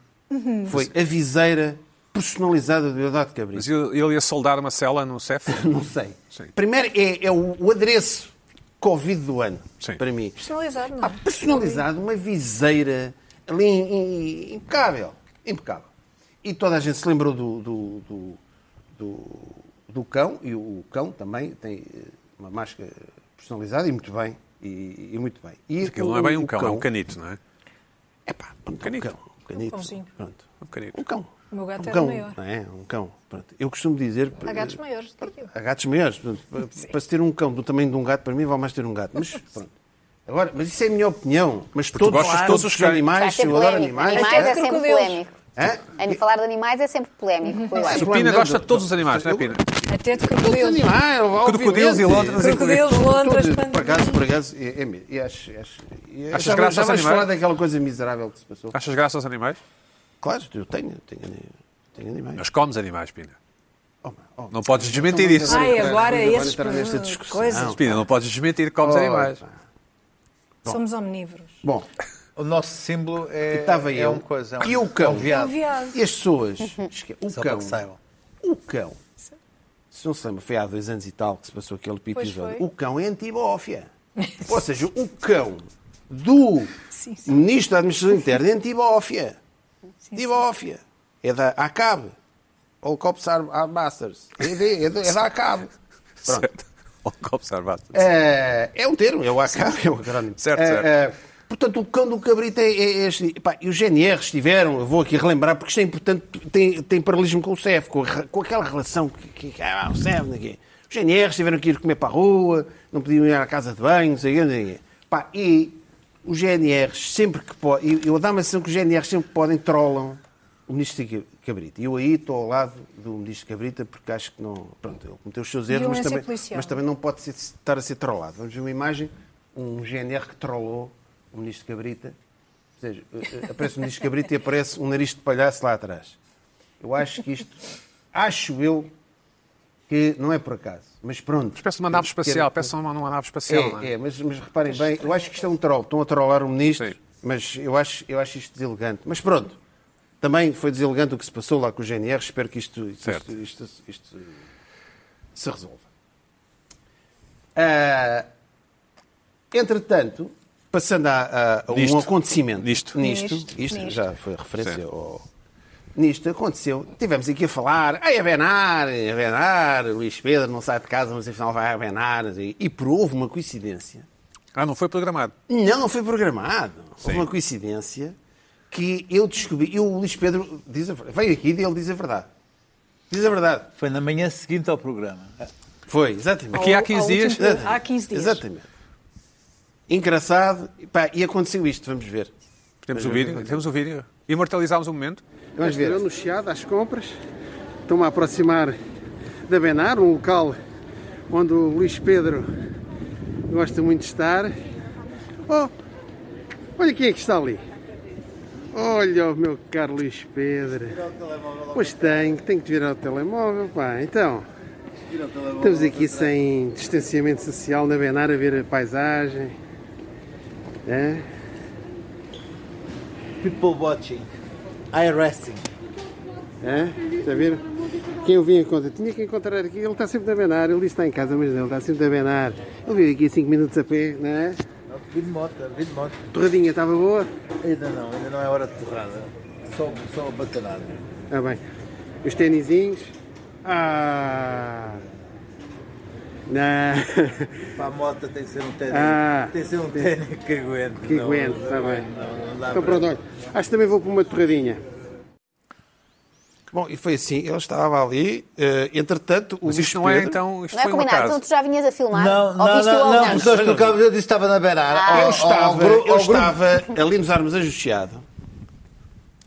B: foi a viseira personalizada do Eduardo Cabrita.
A: Mas ele ele ia soldar uma cela no CEF?
B: Não sei.
A: Sim.
B: Primeiro é, é o, o adereço Covid do ano,
A: Sim.
B: para mim.
C: Personalizado, não
B: Pá,
C: é?
B: personalizado, uma viseira ali im- im- impecável. Impecável. E toda a gente se lembrou do, do, do, do- do cão, e o cão também tem eh, uma máscara personalizada e muito bem. E, e muito bem. E
A: Aquilo não é
B: o-
A: bem
B: o
A: um cão, é um canito, não é?
B: Epá, pronto, um
A: canito.
B: cão. Um canito.
C: cãozinho.
B: pronto.
A: Um canito.
B: Um cão.
C: O meu gato
B: um
C: era
B: cão,
C: maior.
B: não É, um cão. Pronto. Eu costumo dizer.
C: Há gatos maiores do que eu.
B: Há gatos maiores. portanto, pa- Para se ter um cão do tamanho de um gato, para mim, vale mais ter um gato. Mas pronto. Agora, mas isso é a minha opinião. Mas
A: Porque tu
B: todos,
A: gostas de
B: todos
A: todos
B: os
A: os cães.
D: Vai
B: animais,
D: ser
B: eu adoro
D: polémico.
B: animais. É?
C: Até
D: é
C: de
D: sempre
C: crocodilos.
D: polémico.
B: Hã?
D: Em falar de animais é sempre polémico. pois é.
A: O Pina
B: Não,
A: gosta
B: não,
A: de todos os animais, não é,
B: eu-
A: Pina?
C: Até de
B: Todos os
C: crocodilos.
B: animais, obviamente.
A: Crocodilos e lontras e-
C: Crocodilos,
B: Tudo,
C: lontras,
B: tudo.
C: pandas.
B: Por acaso, por acaso, é, é mesmo. E acho, acho, e-
A: Achas
B: já-
A: graça
B: Já
A: aos
B: vais
A: animais? Ah.
B: falar daquela coisa miserável que se passou?
A: Achas graça aos animais?
B: Claro, eu tenho, tenho, ani- tenho animais.
A: Mas comes animais, Pina.
B: Oh, oh.
A: Não podes desmentir isso.
C: Ai, agora
B: Agora
C: esses
B: entrar nesta
C: uh,
B: discussão.
C: coisas.
A: Pina, não podes desmentir que comes
B: Oh,
A: animais.
B: pá.
C: Somos omnívoros.
B: Bom,
E: O nosso símbolo é,
B: estava
E: é
B: eu.
E: um coisa. é um-
B: E o cão?
E: é um viado.
C: Viado.
B: E as pessoas. Esque- O
E: Só para
B: cão.
E: que saibam.
B: O cão. Se não se lembra, foi há dois anos e tal que se passou aquele episódio.
C: foi.
B: O cão é antibófia. Ou seja, o cão do
C: Sim, sim.
B: ministro da Administração Interna é antibófia. Antibófia. É da ACAB. Ou Cops Ar- Ar- Masters. É, de- é, de- é da ACAB. Pronto.
A: Certo. Ou que observaste.
B: É, é um termo, é o ACAB, é um acrónimo.
A: Certo,
B: É,
A: certo.
B: é, portanto, o cão do cabrito é, é este. Epá, e os GNR estiveram, eu vou aqui relembrar, porque isto é importante, tem, tem paralelismo com o CEF, com, a re- com aquela relação que, que, que- ah, o CEF, não sei o quê. Os GNR estiveram aqui ir comer para a rua, não podiam ir à casa de banho, não sei o quê, não sei o quê. Epá, e os GNR sempre que podem, eu, eu dá-me a sensação que os GNR sempre que podem trollam o ministro Ca- Cabrita. E eu aí estou ao lado do ministro Cabrita porque acho que não. Pronto, ele cometeu os seus erros, mas
C: Violência
B: também,
C: policial.
B: mas também não pode ser- estar a ser trollado. Vamos ver uma imagem, um GNR que trollou o ministro Cabrita. Ou seja, eh, eh, aparece o ministro Cabrita e aparece um nariz de palhaço lá atrás. Eu acho que isto, acho eu, que não é por acaso, mas pronto.
A: Parece uma nave espacial, parece uma, uma nave espacial, não
B: É, é, mas, mas reparem bem, eu acho que isto é um troll. Estão a trollar o ministro,
A: Sim.
B: mas eu acho, eu acho isto deselegante. Mas pronto, também foi deselegante o que se passou lá com o GNR. Espero que isto, isto,
A: Certo.
B: isto- isto- isto se resolva. Ah, entretanto, passando a, a- a
A: Nisto.
B: um acontecimento.
A: Nisto.
B: Nisto.
C: Nisto.
B: isto
C: Nisto.
B: já Ah, foi referência
A: Certo.
B: ao. Nisto aconteceu, tivemos aqui a falar, ai, a Benar, a Benar, Luís Pedro não sai de casa, mas afinal vai a Benar, e, e por houve uma coincidência.
A: Ah, não foi programado.
B: Não, não foi programado.
A: Sim.
B: Houve uma coincidência que eu descobri, eu, o Luís Pedro, diz a, ver- veio aqui e ele diz a verdade. Diz a verdade.
E: Foi na manhã seguinte ao programa.
B: Foi, exatamente.
A: Aqui há
C: Ao-
A: 15
C: ao
A: dias.
C: último programa. Há 15 dias.
B: Exatamente. Engraçado, e pá, e aconteceu isto, vamos ver.
A: Temos o vídeo, temos o vídeo. Imortalizámos o momento.
B: Vamos ver.
F: Eu no Chiado, às compras, estou-me a aproximar da Benar, um local onde o Luís Pedro gosta muito de estar. Oh, olha quem é que está ali. Olha o meu caro Luís Pedro. Pois tenho, tenho que virar o telemóvel, pá. Então, estamos aqui sem distanciamento social na Benar a ver a paisagem. É?
E: People watching. I resting.
F: É? Já viram? Quem eu vim encontrar? Tinha que encontrar aqui. Ele está sempre a benar. Ele disse que está em casa, mas não, ele está sempre a benar. Ele veio aqui 5 minutos a pé, não é?
E: Vi de moto, vi de moto.
F: Torradinha estava boa?
E: Ainda não, ainda não é hora de torrada. Só, só a batanada.
F: Ah, bem. Os tênisinhos. Ah! Não!
E: Para a moto tem que ser um ténis.
F: Ah.
E: tem que ser um ténis que aguente.
F: Que
E: não- é?
F: aguento,
E: não-
F: está bem.
E: não- não dá para-
F: Então pronto, olha. Acho que também vou para uma torradinha.
B: Bom, e foi assim, ele estava ali, eh, entretanto, o
A: Mas
B: Luís
A: isto não é,
B: Pedro-
A: então, isto
D: Não é
A: foi um
D: combinado.
A: acaso.
D: Então tu já vinhas a filmar?
E: Não,
D: Ou
E: não,
D: viste eu
E: não,
D: ao
E: não,
D: não?
E: porque eu no cabo eu disse que estava na beirada.
D: Ah.
E: Ao-
B: Eu
E: ao-
B: estava,
E: ao gru-
B: eu
E: ao grupo.
B: estava ali nos Armas Ajusteado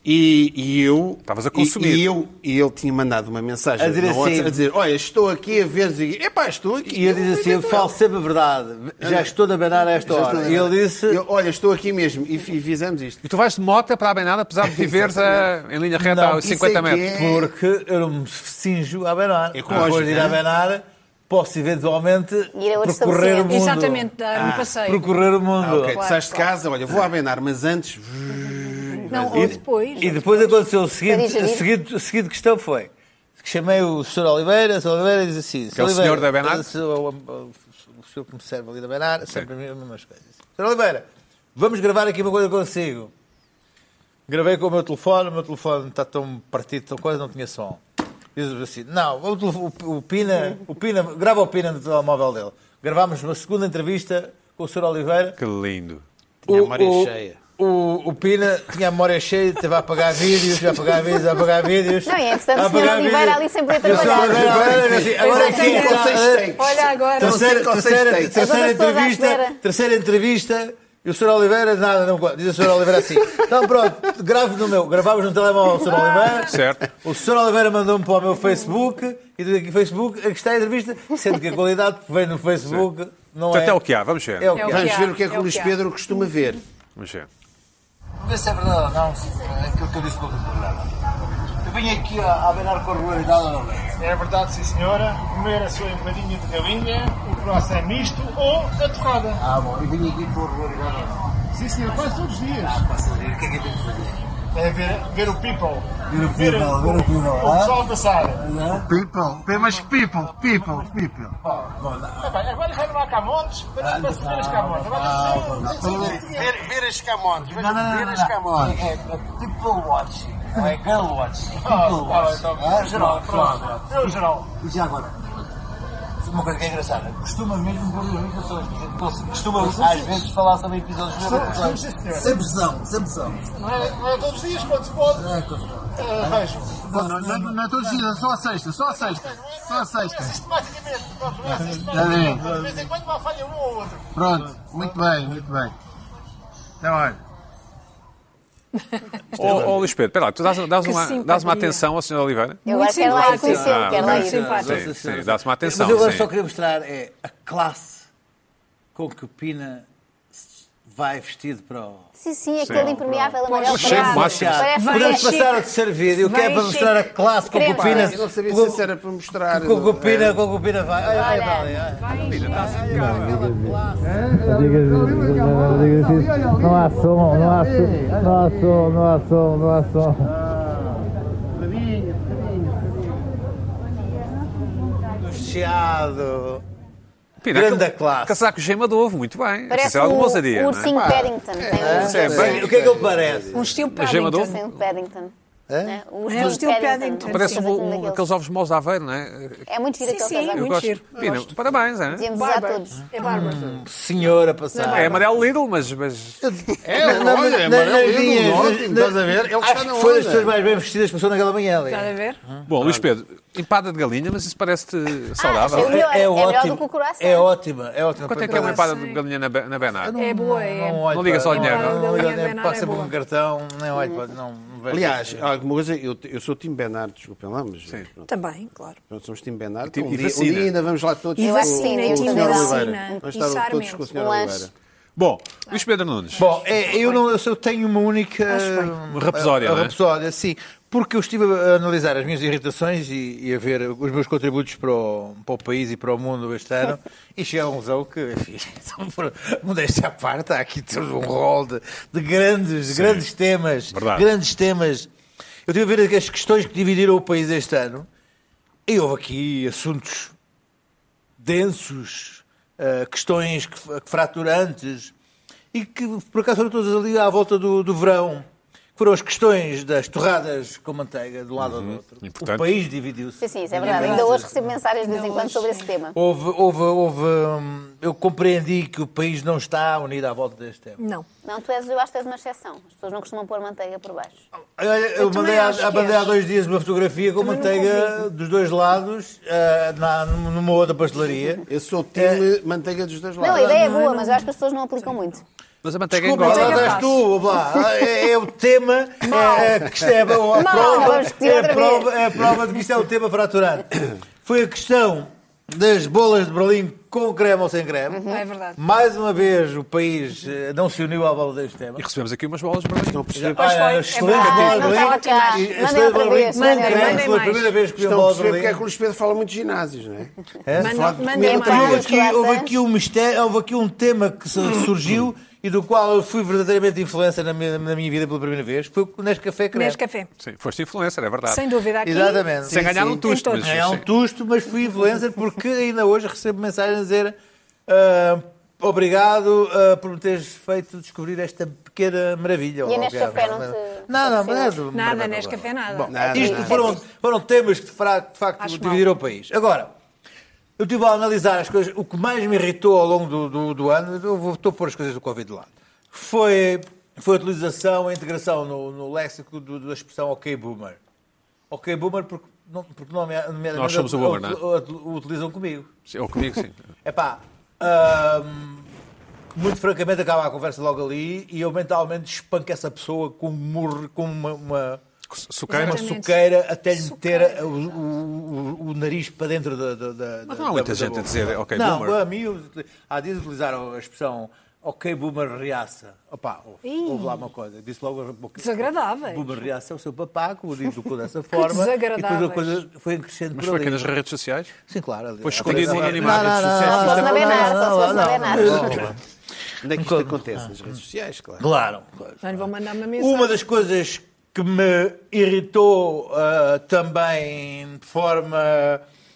B: e, e eu.
A: Estavas a consumir.
B: E, e eu, e ele tinha mandado uma mensagem
E: A dizer
B: no
E: assim-
B: WhatsApp, a dizer: Olha, estou aqui a ver. E, Epá, estou aqui.
E: E eu disse assim, eu falo sempre a verdade. Já estou na beirada a esta
B: Já estou
E: hora.
B: a
E: E
B: ver.
E: ele disse...
B: Eu, Olha, estou aqui mesmo. E, fi- fizemos isto.
A: E tu vais de moto para a Benada, apesar de viveres a- em linha reta
E: Não,
A: a
E: isso
A: 50
B: é que
A: metros.
B: é-
E: Porque eu não me cinjo a Benar.
B: É
E: Depois
B: lógico,
E: de ir à
B: né?
E: Benar, posso eventualmente
D: Ir a outro
E: percorrer o
D: estabelecimento.
E: mundo.
C: Exatamente, dar um passeio.
E: Percorrer o mundo.
B: Ah, ok, tu
C: Claro,
B: sais de
C: claro.
B: casa, olha, vou à Benar, mas antes
C: Não,
E: Mas-
C: ou
E: e-
C: depois.
E: E depois aconteceu o seguinte,
D: digerir.
E: a seguinte, a seguinte questão foi, que chamei o Sr. Oliveira, o Sr. Oliveira diz assim...
A: Que é o
E: "Sr. Oliveira,
A: senhor da Benar?
E: se- O, o- o senhor que me serve ali da Benar, sempre as mesmas coisas. Sr. Oliveira, vamos gravar aqui uma coisa consigo. Gravei com o meu telefone, o meu telefone está tão partido, tão coisa, não tinha som. Diz-me assim, não, o, telefo- o- o Pina, o Pina, grava o Pina no telemóvel dele. Gravámos uma segunda entrevista com o Sr. Oliveira,
A: Que lindo.
B: Tinha a memória é cheia.
E: O, o Pina tinha a memória cheia, teve a apagar vídeos, a apagar vídeos, a apagar vídeos.
D: Não, e é entretanto,
E: a
D: o
E: apagar
D: senhor Oliveira
E: vídeos.
D: ali sempre a
E: E o senhor
D: trabalhar.
E: Oliveira, olha, assim, Agora
C: Pois é,
E: aqui,
C: tem
E: está-
C: razão.
E: é,
C: Olha agora.
E: Terceira,
B: Então Cinco ou seis
E: terceira,
B: takes.
D: As
E: terceira
D: outras pessoas à
E: entrevista,
D: espera.
E: terceira entrevista, e o Sr. Oliveira, nada, não gosta. Diz o Sr. Oliveira assim, então pronto, grave no meu, gravámos no telemóvel o Sr. Oliveira.
A: Certo.
E: O Sr. Oliveira mandou-me para o meu Facebook, e do aqui Facebook, aqui está a entrevista, sendo que a qualidade que vem no Facebook não
A: Portanto,
E: é...
A: é o que há, vamos ver.
E: É o que
C: É o
E: há.
B: Vamos
C: há,
B: ver o que é que
C: é
B: o
C: o
B: Luís
C: que há.
B: Pedro costuma ver.
A: Vamos ver.
G: Vê se é verdade ou não, é aquilo que eu disse no outro programa. Eu vim aqui a, a velar com regularidade ou não é?
H: É verdade, sim senhora. Comer a sua empadinha de galinha, o croissant é misto ou a torrada.
G: Ah, bom, eu vim aqui com regularidade ou não.
H: Sim senhor, quase todos os dias.
G: Passa a ver, o que é que eu tenho que fazer?
H: É ver, ver o people.
G: Ver o people, ver o people,
H: O
G: ah?
H: pessoal da Sara.
G: People, tem mais people, people, people.
H: Tá bem, agora já não há camontes, para Ah,
G: Ah,
H: não se ver as camontes. Agora tem que ser- ver- ver as camontes.
G: Não, não, não, não,
H: Ver as
G: não. É,
H: camontes.
G: é people watching, não é girl watching. People
H: Ah, tá bem,
G: watching.
H: tá bem.
G: Ah,
H: Geral,
G: geral,
H: pronto.
G: geral.
H: É o geral.
G: E já agora? Uma coisa que é engraçada, costuma mesmo pôr as pessoas, costuma às vezes falar sobre episódios
H: Sim, sim, senhor.
G: Sem pressão, sem pressão.
H: Não é, não é todos os dias quando se pode. Ah, vejo.
G: Não, não, não, não é todos os dias, é só a sexta, só a sexta, só a
H: Não é
G: sexta.
H: sistematicamente. Não é
G: bem.
H: sistematicamente. De vez em quando uma falha um ou outro.
G: Pronto, muito bem, muito bem. Então, olha.
E: é
A: Ó ó, Luís Pedro, espera lá, tu dás, dás
C: Que
A: uma,
C: simpatia.
A: dás uma atenção ao senhor Oliveira?
D: Eu
C: Muito
D: agora quero lá ir
C: simpático.
D: conhecê-lo,
A: Ah,
D: quero é lá
C: muito
D: ir.
C: simpático.
E: Sim,
A: Sim,
E: senhora.
A: sim, dá-se uma atenção,
E: Mas eu agora
A: sim.
E: só queria mostrar é, a classe com que o Pina se- vai vestido para o.
D: Sim, sim, aquele impermeável amarelo.
A: O cheiro
D: parado.
A: máximo.
D: Ah, Parece
C: Vai
E: Podemos
D: que é-
C: chique.
E: passar ao terceiro vídeo, que é
C: Vai
E: para mostrar a
C: chique.
E: classe com que o
D: Creme.
E: Pina.
B: Eu não sabia
E: com-
B: se isso era para mostrar. é?
E: Com que o Pina, com que o Pina vai. Olha, olha,
D: Olha.
E: olha, olha.
B: tá assim,
I: Não há som, não há som, não há som, não há som, não há som.
B: Ah,
E: O Chiado.
A: Pina,
E: Grande
A: aquele
E: classe.
A: Casaco gema de ovo, muito bem.
D: Parece
A: Isso é alguma ousadia,
D: um
A: não é?
D: ursinho Paddington. Tem um
A: Isso é bem-
E: O que é que ele parece?
C: Um estilo
A: A gema de
C: Paddington.
D: ursinho Paddington. É? O
C: É, o estilo Paddington.
A: Parece
C: Sim,
A: um- um- aqueles ovos maus de aveiro, não é?
D: É muito giro
C: Sim,
D: aquele
C: sim,
D: casaco.
A: Eu
C: muito
A: gosto.
C: giro.
A: Pina, parabéns, não é?
D: Podíamos usar
C: Bárbaro.
D: todos.
C: É bárbaro.
E: Uhum. Senhora passada.
A: É amarelo Lidl, mas, mas
B: É, olha, é amarelo, ótimo, estás a ver? Ele está
E: Acho
B: na
E: que foram as pessoas
B: onda.
E: mais bem vestidas que passou naquela manhã ali.
D: é
C: Estás a ver?
A: Bom, Luís Pedro, empada de galinha, mas isso parece-te
D: achei
A: saudável.
D: melhor. É melhor do que o coração.
E: É ótima, é ótima.
A: Quanto é que é uma
C: Ah,
A: empada
C: sim.
A: de galinha na, Be- na Benar?
C: É boa, é.
E: olho
A: Não liga
E: para-
A: só ao dinheiro,
E: Não,
C: não.
E: não liga ao
C: Não,
E: dinheiro,
C: não,
E: passa
C: é
E: por
C: boa.
E: um cartão, nem olho para. Não, não vejo.
B: Aliás, alguma coisa, eu, eu sou Tim Bernardo, desculpem lá, mas pronto,
C: Também, claro.
B: pronto, somos Tim Bernardo.
A: E
B: Um dia, um
A: vacina.
B: dia ainda vamos lá todos
C: E
B: com,
C: vacina,
B: com
D: e
B: o
D: Tim
B: Sr.
D: Bernardo.
B: Oliveira. Vamos
C: E
B: estar todos
C: Sarmento.
B: com o Sr.
D: Um lanche.
B: Oliveira.
A: Bom, Luís Pedro Nunes.
E: Bom, é, eu, não, eu só tenho uma única. um,
A: Uma rapsódia,
E: a,
A: não é?
E: rapsódia, sim. Porque eu estive a analisar as minhas irritações e, e a ver os meus contributos para o, para o país e para o mundo este ano e cheguei a um zão que, enfim, são por- modéstia à parte, há aqui todo um rol de, de grandes, de grandes temas.
A: Verdade.
E: Grandes temas. Eu estive a ver as questões que dividiram o país este ano e houve aqui assuntos densos, eh, questões que, f- que fraturantes e que por acaso foram todas ali à volta do, do verão. que Foram as questões das torradas com manteiga de um lado ao outro.
A: importante.
E: O país dividiu-se.
D: Sim, sim, isso é verdade. Ainda hoje recebo mensagens de vez em quando sobre esse tema.
E: Houve, houve, houve, hum, eu compreendi que o país não está unido à volta deste tema.
C: Não.
D: Não, tu és, eu acho que és uma exceção. As pessoas não costumam pôr manteiga por baixo.
E: Eu, Eh, eu mandei,
C: também
E: há,
D: é.
C: acho que
E: mandei há
C: és.
E: dois dias uma fotografia com manteiga dos dois lados ah, na, numa outra pastelaria.
B: Eu sou Tim Manteiga dos dois
D: Não,
B: lados.
D: a ideia é boa, mas eu acho que as pessoas não aplicam muito.
A: Mas a manteiga
E: Desculpa,
D: é
A: engorda.
E: lá estás tu, ouve lá. É, é o tema, é, a questão- é a prova,
D: vamos discutir
E: é,
D: outra
E: a prova, é a prova de que isto é o tema fraturado. Foi a questão das bolas de Berlim com creme ou sem creme.
D: Uhum.
C: É verdade.
E: Mais uma vez o país eh, não se uniu à bola deste tema.
A: E recebemos aqui umas bolas para
B: Não percebi.
C: Pois foi,
E: Ah,
C: é
E: excelente
C: verdade.
E: bola
D: Ah,
E: de
D: não
E: Berlim.
D: estava cá.
E: E-
D: Mandem outra
E: excelente bola de
D: vez,
E: Berlim com
C: mandem,
E: creme.
C: mandem
E: Foi a
C: mais.
E: primeira vez que vi a
B: Estão a
E: bola de
B: perceber porque é
E: Berlim.
B: que o Luís Pedro fala muito de ginásios, não é?
C: Mandem
B: falar de
C: mandem
D: comida,
E: Houve
C: é mais. Hum.
D: Várias
E: aqui, houve
D: graças.
E: aqui um mistério, houve aqui um tema que su- surgiu e do qual eu fui verdadeiramente influencer na minha, na minha vida pela primeira vez, foi o Nescafé Creme.
C: Nescafé.
A: Sim, foste influencer, é verdade.
C: Sem dúvida aqui.
E: Exatamente.
A: Sem
E: Sim,
A: ganhar
E: sim.
A: um tusto.
C: Em
A: Mas,
C: todos.
E: É um
A: sim.
E: tusto, mas fui influencer porque ainda hoje recebo mensagens a dizer ah, obrigado ah, por me teres feito descobrir esta pequena maravilha.
D: E a
E: Ou
D: Nescafé
E: qualquer-
D: não te-
E: Não, não,
D: não te
E: mas
D: saiu?
C: Nada, Nescafé, nada.
E: Bom,
B: Nada,
E: isto
B: nada.
E: Foram, foram temas que de fra- de facto
C: Acho
E: dividiram o país. Agora, eu estive a analisar as coisas. O que mais me irritou ao longo do, do, do ano, eu vou, estou a pôr as coisas do Covid de lado, foi, foi a utilização, a integração no, no léxico do- da expressão ok boomer. Ok boomer porque, não, porque não, nomeadamente,
A: Nós somos o
E: a-
A: boomer, não é?
E: a- a- o utilizam comigo.
A: Sim, Ou comigo, sim.
E: É pá, muito francamente acaba a conversa logo ali e eu mentalmente espanco essa pessoa com um murro, com uma- uma
A: Suqueira.
E: uma
C: Exatamente.
E: suqueira até lhe
C: Suqueira.
E: meter a- o, o- o- o nariz para dentro da. da, da
A: Mas
E: da-
A: não há
E: da-
A: muita
E: da
A: gente a
E: boca.
A: dizer, "Ok,
E: não,
A: boomer."
E: a mim, eu- há dias utilizaram a expressão ok, boomer reaça. Opa, ouve,
C: Ih.
E: ouve lá uma coisa. Disse logo a boca.
C: Desagradáveis.
E: Boomer reaça é o seu papá, que o educou dessa forma. E depois
C: desagradáveis.
E: a coisa foi crescendo
A: Mas
E: por
A: foi
E: ali.
A: aqui nas redes sociais?
E: Sim, claro. ali-
A: Foi
E: há
A: escondido
E: três
A: no anonimato.
E: anos. Não, não, não,
D: Só se fosse na
E: não,
D: Benar, só se
E: não,
D: fosse na
E: não,
D: Benar.
E: não, não.
B: Onde é que isto acontece? Nas redes sociais, claro.
E: Claro, claro.
C: Não lhe vou mandar uma mensagem. Ah,
E: Uma das coisas que me irritou ah, também de forma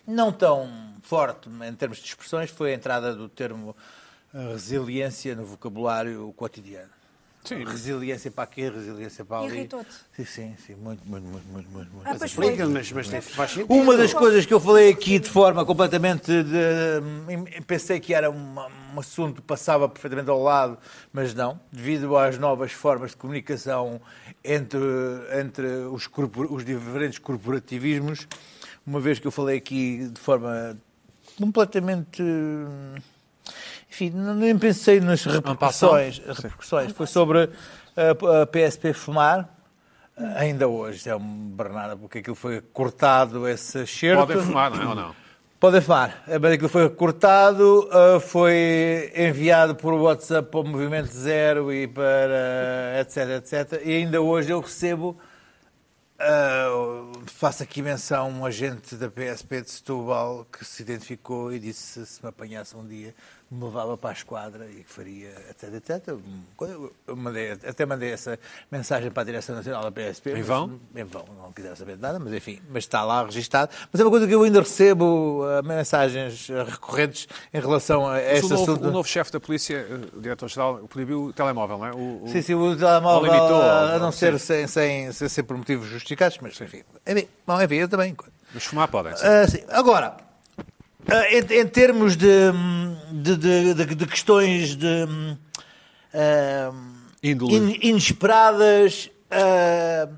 E: não tão forte em termos de expressões foi a entrada do termo ah, resiliência no vocabulário cotidiano.
A: Sim.
E: Resiliência para aqui, resiliência para ali.
C: Irritou-te?
E: Sim, sim, sim, muito, muito, muito, muito, muito. muito.
C: Ah, pois foi.
B: Explica-me, mas, mas tem- faz sentido.
E: Uma das coisas que eu falei aqui de forma completamente de- pensei que era uma- um assunto que passava perfeitamente ao lado, mas não, devido às novas formas de comunicação entre, entre os, corpor- os diferentes corporativismos, uma vez que eu falei aqui de forma completamente. hum, Enfim, não- nem pensei nas repercussões. repercussões. Foi sobre a, a PSP fumar. Ainda hoje é um Bernardo, porque aquilo foi cortado, esse cheiro.
A: Podem fumar, não é? Ou não?
E: Podem fumar. É, Mas aquilo foi cortado, ah, foi enviado por WhatsApp para o Movimento Zero e para eh, etc, etc. E ainda hoje eu recebo, ah, faço aqui menção, um agente da PSP de Setúbal que se identificou e disse se me apanhasse um dia me levava para a esquadra e que faria etc, etc. Quando eu mandei- até mandei essa mensagem para a Direção Nacional da PSP.
A: Em
E: mas
A: vão?
E: Bem, bom, não quiseram saber de nada, mas enfim, mas está lá registado. Mas é uma coisa que eu ainda recebo eh, mensagens eh, recorrentes em relação a
A: Mas
E: este
A: o novo,
E: assunto.
A: o novo chefe da polícia, eh, o diretor-geral, proibiu o telemóvel, não é? O, o-
E: Sim, sim, o telemóvel,
A: Ou limitou,
E: a
A: ou-
E: não ser sem, sem, sem ser por motivos justificados, mas enfim. Enfim, bom, enfim eu também.
A: Mas fumar podem. sim.
E: Ah, sim. Agora, ah, em, em termos de, hum, de, de- de- de questões de hum, ah,
A: Índole.
E: in- inesperadas ah,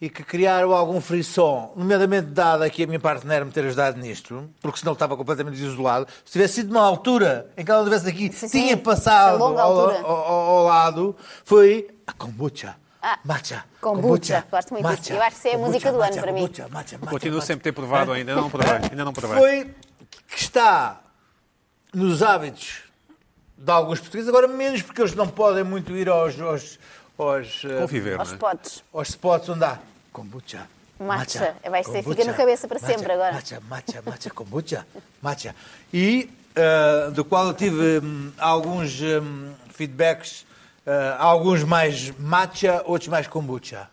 E: e que criaram algum frisson, nomeadamente dada aqui a minha partner me ter ajudado nisto, porque senão estava completamente isolado. Se tivesse sido numa altura em que ela não estivesse aqui,
D: Sim, sim.
E: tinha passado
D: Essa longa
E: ao,
D: altura.
E: ao- ao- ao lado, foi a kombucha.
D: Ah,
E: matcha.
D: kombucha. Gosto muito disso. Eu acho que isso é a música do ano para mim.
E: Matcha, matcha, matcha,
A: Continuo
E: matcha.
A: sempre a ter provado ainda, não provei. Ainda não provei.
E: É? Ah, Foi que está nos hábitos de alguns portugueses, agora menos porque eles não podem muito ir aos, aos, aos, eh,
A: Conviver, não
D: Aos
A: é?
D: potes.
E: aos spots onde há kombucha.
D: Matcha. É, Vai ser- fica na cabeça para sempre agora.
E: Matcha, matcha, matcha, kombucha, matcha. E eh, do qual eu tive hum, alguns hum, feedbacks, eh, alguns mais matcha, outros mais kombucha.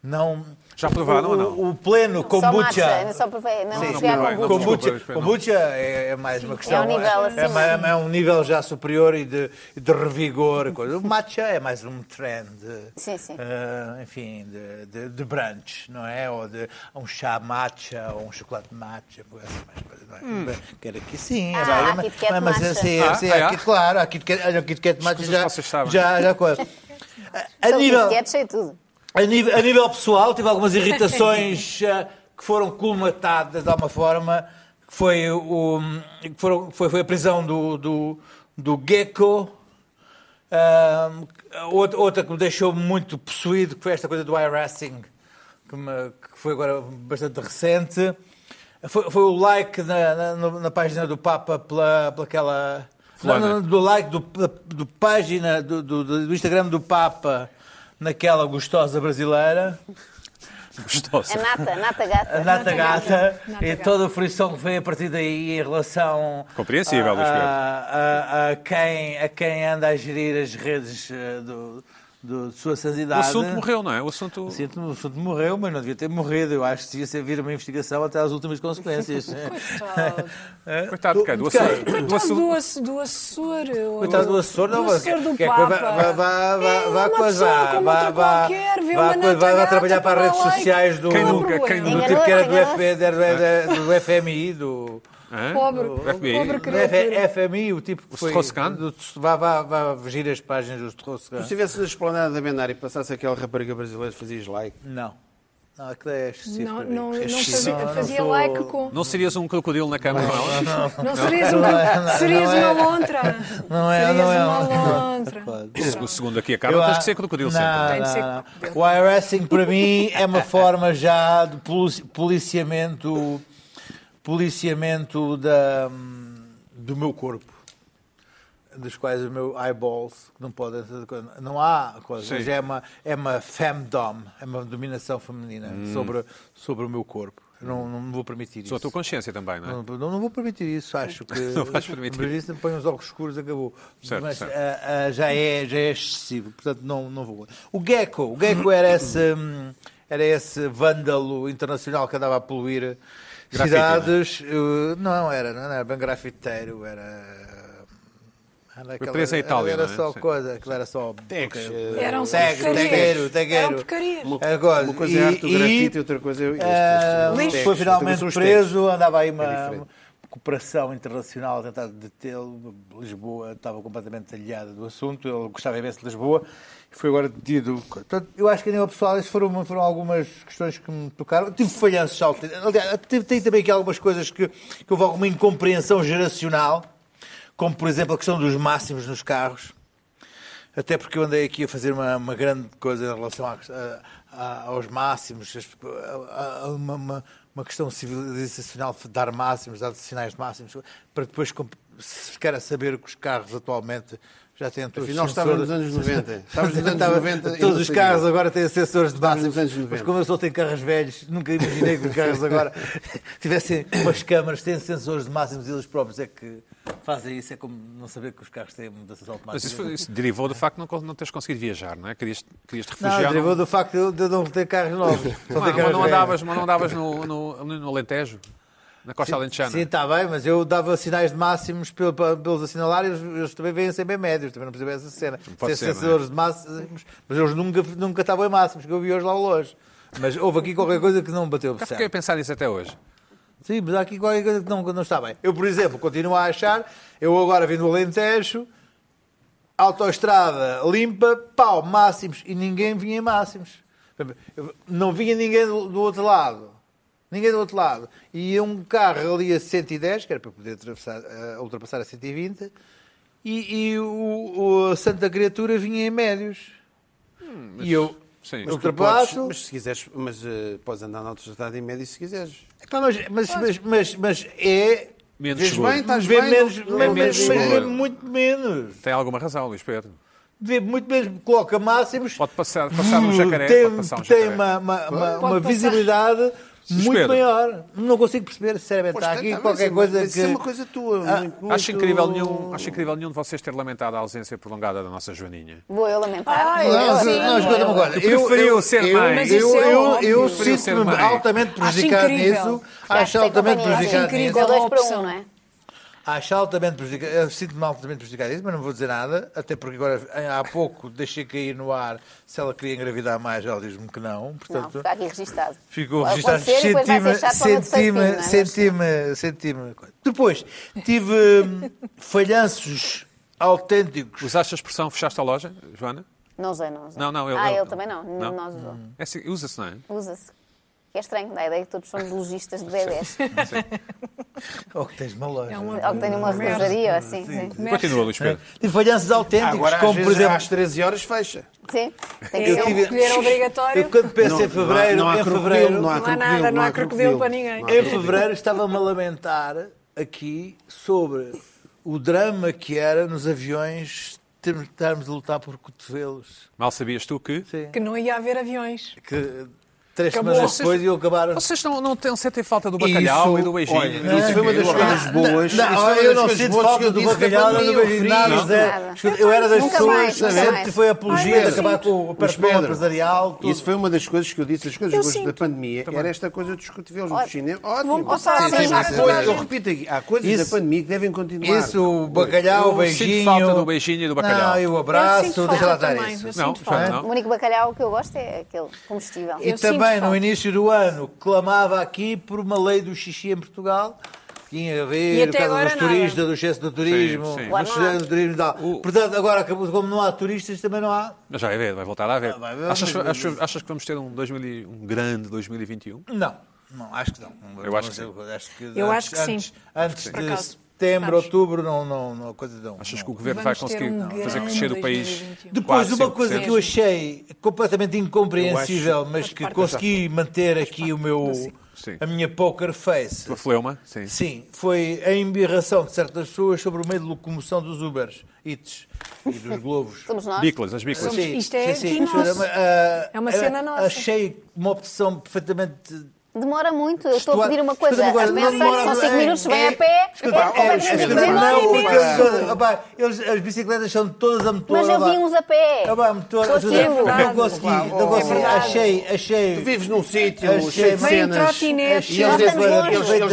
E: Não,
A: Já provaram
E: o,
A: ou não?
E: O pleno
D: Só
E: kombucha. é.
D: matcha. ainda Só provei. Não,
A: Sim,
D: cheguei
A: não,
D: à
A: não,
D: kombucha.
A: desculpa,
E: Kombucha,
A: desculpa, não.
E: kombucha é, é mais uma questão.
D: É um nível acima.
E: é ma- é um nível já superior e de, de revigor. e Coisa. O matcha é mais um trend.
D: Sim, sim.
E: eh, enfim, de, de, de brunch, não é? Ou de um chá matcha, ou um chocolate matcha, coisa assim, mais coisa, não é?
A: Hum.
E: Quer aqui sim.
D: Ah,
E: vai,
D: há
E: mas-
D: Kit Kat
E: mas- mas
D: matcha.
E: assim,
A: Ah,
E: assim,
A: ah,
E: há
A: é?
E: Kit- claro, há Kit Kat, olha, o Kit Kat matcha
A: coisas
E: já,
A: que vocês sabem.
E: já, já coisa. A- A
D: Sou
E: nível,
D: quieto, cheio de tudo.
E: a nível, a nível pessoal, tive algumas irritações ah, que foram colmatadas de alguma forma. que Foi, o, que foram- foi, foi a prisão do, do, do Gecko. Ah, outra, outra que me deixou muito possuído que foi esta coisa do iRacing, que, me- que foi agora bastante recente. Foi, foi o like na, na- no- na página do Papa pela, pela aquela.
A: Fulana.
E: Não, não, do like do, do página do, do- do Instagram do Papa naquela gostosa brasileira
A: Gostosa.
D: A É
A: É
D: nata, a nata gata.
E: A Nata Gata
C: Nata
E: e
C: Gata.
E: toda a fruição que veio a partir daí em relação
A: Compreensível,
E: a,
A: Luís Pedro.
E: a- a- a quem, a quem anda a gerir as redes eh, do, do- de sua
A: O
E: santidade.
A: assunto morreu, não é? O assunto.
E: O assunto- o assunto morreu, mas não devia ter morrido. Eu acho que devia ser vir uma investigação até às últimas consequências.
C: Coitado.
A: Ah, Coitado, de quem? Do
E: de quem?
A: assunto. Do
C: Coitado do,
A: assunto.
C: ass- do Açor. eu-
E: Coitado do Açor, não é
C: do Açor do
E: quer- quer-
C: Papa.
E: Vá, vá, vá,
C: é
E: vá, vá,
C: uma
E: com as-
C: pessoa como
E: vá,
C: outra
E: vá,
C: qualquer, vê
E: vá,
C: uma
E: com-
C: nata
E: vá, vá
C: gata,
E: trabalhar para as
C: dá
E: redes
C: like.
E: sociais do,
A: Quem
C: Não é? há
A: nunca, quem
C: problema.
E: do
A: nunca.
E: tipo que era do, F, da- da- do FMI, do.
A: Hã?
C: Pobre,
A: FBI.
C: pobre
E: Do é? F-
C: criatura.
E: FMI, o tipo que foi.
A: Strauss-Kahn?
E: do- Vá, vá, vá, gira as páginas do Strauss-Kahn.
B: Se estivesse na esplanada da Benar e passasse aquela rapariga brasileira, fazias like.
E: Não. Não, aquilo é excessivo.
C: Não,
E: para mim.
C: não, não
E: Excessivo.
C: fazia,
E: Não, não
C: fazia
E: sou- Ah,
C: like com.
A: Não serias um crocodilo na cama, não?
C: Não serias, um,
E: não,
C: serias
E: não é.
C: uma lontra.
E: Não é,
C: serias
E: não é.
C: uma lontra.
A: Se- Segundo aqui a
E: Eu
A: Carla, tens
E: a-
A: que ser crocodilo
E: não,
A: sempre.
C: Tem de ser
E: não,
C: crocodilo.
E: não. O iRacing para mim é uma forma já de polici- policiamento, policiamento da, do meu corpo. Dos quais o meu eyeballs que não podem ser- Não há coisa.
A: Sim.
E: Já é uma, é uma femdom, é uma dominação feminina sobre, sobre o meu corpo. Eu Não, não me vou permitir
A: Sou Hum. a
E: isso.
A: tua consciência também, não é?
E: Não, não, não vou permitir isso, acho que.
A: Não vais permitir.
E: Mas isso põe uns óculos escuros, acabou.
A: Certo,
E: Mas
A: certo.
E: ah, ah, já, é, já é excessivo, portanto não, não vou. O Gecko, o Gecko era esse, hum, era esse vândalo internacional que andava a poluir
A: Grafite,
E: cidades. Uh, não, era, não era bem grafiteiro, era. hum, Era aquela-
A: preso em Itália,
E: Era
A: não é?
E: só
A: Sim.
E: coisa, aquilo era só. eh,
C: Eram só
E: Tag-
C: porcarias.
E: tagueiro, tagueiro.
C: Eram porcarias.
E: Agora,
B: Uma coisa é arte do
E: e-
B: grafite e
E: e-
B: outra coisa é. este,
E: ah,
B: este, os
E: foi
B: textos,
E: finalmente
B: são os textos.
E: preso, andava aí uma,
B: É diferente.
E: uma cooperação internacional a tentar detê-lo. Lisboa estava completamente alheada do assunto, ele gostava imenso de Lisboa e foi agora detido. Portanto, eu acho que a nível pessoal, essas foram, foram algumas questões que me tocaram. Tive falhanços, alti- aliás, tive, tem também aqui algumas coisas que, que houve alguma incompreensão geracional, como por exemplo a questão dos máximos nos carros. Até porque eu andei aqui a fazer uma, uma grande coisa em relação à- à- aos máximos, as- a- a- uma, uma- uma questão civilizacional de dar máximos, dar sinais de máximos, para depois comp- se ficar a saber que os carros atualmente já têm todos
B: Afinal,
E: os
B: estávamos nos
E: sensores-
B: anos 90. Estávamos nos anos
E: Estava-
B: 90. e
E: Todos
B: não
E: os
B: sabia.
E: carros agora têm sensores de máximos.
B: nos anos 90.
E: Mas como eu só tenho carros velhos, nunca imaginei que os carros agora tivessem umas câmaras, têm sensores de máximos e eles próprios é que fazem isso. É como não saber que os carros têm mudanças automáticas.
A: Mas isso, foi- isso derivou do facto de não, con- não teres conseguido viajar, não é? Querias, querias te
E: Não,
A: refugiar.
E: derivou
A: num-
E: do facto de eu- de eu não ter carros novos. Só ter
A: Ah, Mas, mas
E: carros
A: não
E: velhos.
A: andavas, mas não andavas no, no, no Alentejo, na Costa Alentejana.
E: Sim, está bem, mas eu dava sinais de máximos pelo- pa- pelos assinalar e eles, eles também vêm sem bem médios, também não percebo essa cena.
A: pode
E: Sem
A: ser, é?
E: sensadores de máximos, mas eles nunca, nunca estavam em máximos, que eu vi hoje lá longe. Mas houve aqui qualquer coisa que não bateu o
A: Já fiquei a
E: certo.
A: pensar nisso até hoje.
E: Sim, mas há aqui qualquer coisa que não, que não está bem. Eu, por exemplo, continuo a achar, eu agora vim do Alentejo, autoestrada limpa, pau, máximos, e ninguém vinha em máximos. Eu- Não vinha ninguém do, do outro lado. Ninguém do outro lado. E ia um carro ali a 110, que era para poder atravessar, eh, ultrapassar a 120, e, e o, o- a Santa Criatura vinha em médios. e eu
A: sim.
B: Mas tu
E: ultrapasso.
B: podes- Mas se quiseres, mas eh, podes andar na autostrada em média se quiseres.
E: Epá, Então, mas, mas, mas, mas, mas é.
A: Menos
E: Vês
A: seguro.
E: bem, estás
B: Vê
E: bem,
B: menos-
E: não-
B: vê
E: mas-
A: menos
E: mas- mas
A: seguro.
E: vê muito menos.
A: Tem alguma razão, Luís Pedro.
E: Vê muito menos, coloca máximos.
A: Pode passar, passar um jacaré.
E: Tem,
A: pode passar um
E: tem
A: jacaré.
E: uma, uma, uma,
C: Pode
E: uma
C: passar.
E: visibilidade muito
A: Espera.
E: maior. Não consigo perceber, sinceramente.
B: Pois,
E: Está
B: tá-
E: aqui
B: tá bem,
E: qualquer
B: sim,
E: coisa
B: mas
E: que. Ah,
B: Isso é uma coisa tua. muito-
A: Acho incrível,
B: muito-
A: nenhum, acho incrível nenhum de vocês ter lamentado a ausência prolongada da nossa Joaninha.
D: Vou eu lamentar.
C: Ai,
D: Vou eu
E: Não,
C: sim,
E: não, não,
D: lamentar.
E: escuta-me agora.
A: Eu preferi o ser mãe.
E: Eu,
A: Mas
C: isso
E: eu,
C: é
E: eu,
C: óbvio.
E: eu
A: Eu preferi o ser
E: sinto-me
A: mãe.
E: altamente
C: Acho
E: prejudicado
C: incrível.
E: nisso.
D: Já
E: Acho
D: sei é
E: altamente
D: companhia,
E: prejudicado
D: sim.
C: incrível.
E: nisso.
D: Deu dois para
C: opção.
D: um, não é?
E: Acho altamente prejudicado. Eu sinto-me altamente prejudicado nisso, mas não vou dizer nada. Até porque agora, eh, há pouco, deixei cair no ar se ela queria engravidar mais. Ela diz-me que não.
D: Não,
E: Portanto,
D: fica aqui registado.
E: Ficou
D: Pode
E: registado.
D: acontecer e depois vai
E: Senti-me,
D: ser chato quando eu te sei sim, não é?
E: senti-me,
D: Mas-
E: senti-me, senti-me. Depois, tive hum, falhanços autênticos.
A: Usaste a expressão fechaste a loja, Joana?
D: Não usei, não usei.
A: Não, não, eu-
D: Ah,
A: eu-
D: ele também não.
A: não.
D: Não, nós
E: Hum.
D: usou.
A: É assim, Usa-se, não é?
D: Usa-se. É estranho, dá a ideia que todos somos lojistas de bebés.
E: Oh, que tens malões.
C: É uma-
D: Ou que tenho uma relojaria, ou assim. Sim, sim.
A: Continua, Luís Pedro.
E: Tive falhanços autênticos,
B: Agora, às
E: como
B: vezes,
E: por exemplo.
B: às 13 horas fecha.
D: Tem que
C: Eu
D: ser um-
C: tive- colher obrigatório.
E: Eu quando penso
B: Não,
E: em fevereiro,
B: não há- não há
E: em
B: crocodilo,
E: fevereiro,
B: não há
C: Não há nada, não há crocodilo para ninguém.
B: Não há
E: Em fevereiro estava-me a lamentar aqui sobre o drama que era nos aviões termos- estarmos a lutar por cotovelos. É,
A: Mal sabias tu que.
C: Que não ia haver aviões.
E: Que três
A: Acabou.
E: semanas
A: Vocês-
E: depois e eu acabar.
A: Vocês não, não têm- sentem falta do bacalhau e do beijinho?
B: olha,
A: e não
B: isso
A: sei
B: foi
A: o
B: uma
A: quê,
B: das
A: do arroz?
B: coisas boas.
E: Ah, Não,
B: isso foi uma
E: eu
B: das
E: não
B: coisas
E: sinto
B: boas que
E: falta
B: eu
E: do
B: disse da
E: bacalhau, não
B: pandemia,
E: do
B: o
E: beijinho,
B: frio.
E: nada,
D: nada.
E: Zé. Eu era das
D: Nunca
E: pessoas,
D: mais, nunca
E: sempre
D: mais.
E: foi
C: Ai,
E: apologia de
C: mas
E: acabar
C: sinto.
E: com o
B: Mas
E: perfil
B: Pedro,
E: empresarial. tudo.
B: Isso foi uma das coisas que eu disse, as coisas
C: Eu
B: boas
C: sinto.
B: da pandemia, era esta coisa dos cotovelos
D: Olha,
B: do cinema. Ótimo.
C: vão passar a
B: Sim,
D: ser
B: sim,
D: já
B: sim.
D: toda a
B: Eu
D: gente.
B: repito aqui, há coisas
E: Isso-
B: da pandemia que devem continuar.
E: Isso, o bacalhau, o
A: Eu sinto
E: beijinho.
A: falta do beijinho e do bacalhau.
E: Não, e o
C: Eu sinto
E: abraço,
C: falta
E: deixa lá estar
C: também,
E: isso.
C: eu
A: Não,
C: sinto
A: já
E: falta.
A: não.
D: um- O único bacalhau que eu gosto é aquele comestível.
E: E
C: Eu sinto
E: também no
C: falta.
E: início do ano clamava aqui por uma lei do xixi em Portugal. que Tinha a
C: E
E: ver
C: até
E: por causa
C: agora
E: dos
C: nada.
E: turistas, do excesso do turismo,
A: sim.
E: do
D: Lá não
E: excesso
D: há.
E: do turismo e tal. Portanto, agora, acabou- como não há turistas, também não há.
A: Mas já vai ver, vai voltar a haver.
E: Ah, vai ver,
A: achas,
E: mas-
A: achas- achas que vamos ter um, 2000 e- um grande 2021?
E: Não, não, acho que não.
A: Eu acho que
E: Mas
C: Eu acho que sim.
E: antes- Antes
C: Por
E: de
C: acaso.
E: setembro,
C: Acho.
E: outubro, não, não, não, a coisa não.
A: Achas
E: não.
A: que o governo vai
C: Vamos ter
A: conseguir
C: um
A: fazer
C: grande
A: crescer o país?
C: 2021.
E: Depois,
A: quatro,
E: uma
A: cinco
E: coisa que eu
A: 5%?
E: achei completamente incompreensível, mas que consegui manter aqui o meu,
A: Sim.
E: a minha poker face,
A: Tua fleuma? Sim.
E: Sim, foi a embirração de certas pessoas sobre o meio de locomoção dos Ubers, ITs e dos Globos.
D: Somos nós.
A: Biclas, as biclas.
C: Somos- isto é aqui nosso.
E: ah,
C: É uma cena
E: ah,
C: nossa.
E: Achei uma opção perfeitamente.
D: Demora muito. Eu estou a pedir uma
E: Escuta,
D: coisa. A
E: agora, não
D: pensar que
E: demora-
D: são 5
E: é-
D: minutos, vem
E: é-
D: a pé.
E: escuta,
D: é
E: é-
D: completamente
E: escuta,
D: diferente.
E: não,
D: Não,
E: porque-
D: não.
E: rapaz, eles- as bicicletas são todas a motor.
D: Mas eu
E: rapaz.
D: vi uns a pé.
E: Ah, pá, motor,
D: Contigo.
E: ajuda.
C: É
E: não consegui,
B: verdade.
E: não consegui.
D: É verdade.
E: Achei, achei.
B: Tu vives num
E: Achei-
B: sítio cheio de
E: Vem
B: cenas.
C: trotinete,
B: E eles,
D: nós estamos longe.
B: eles, eles, eles,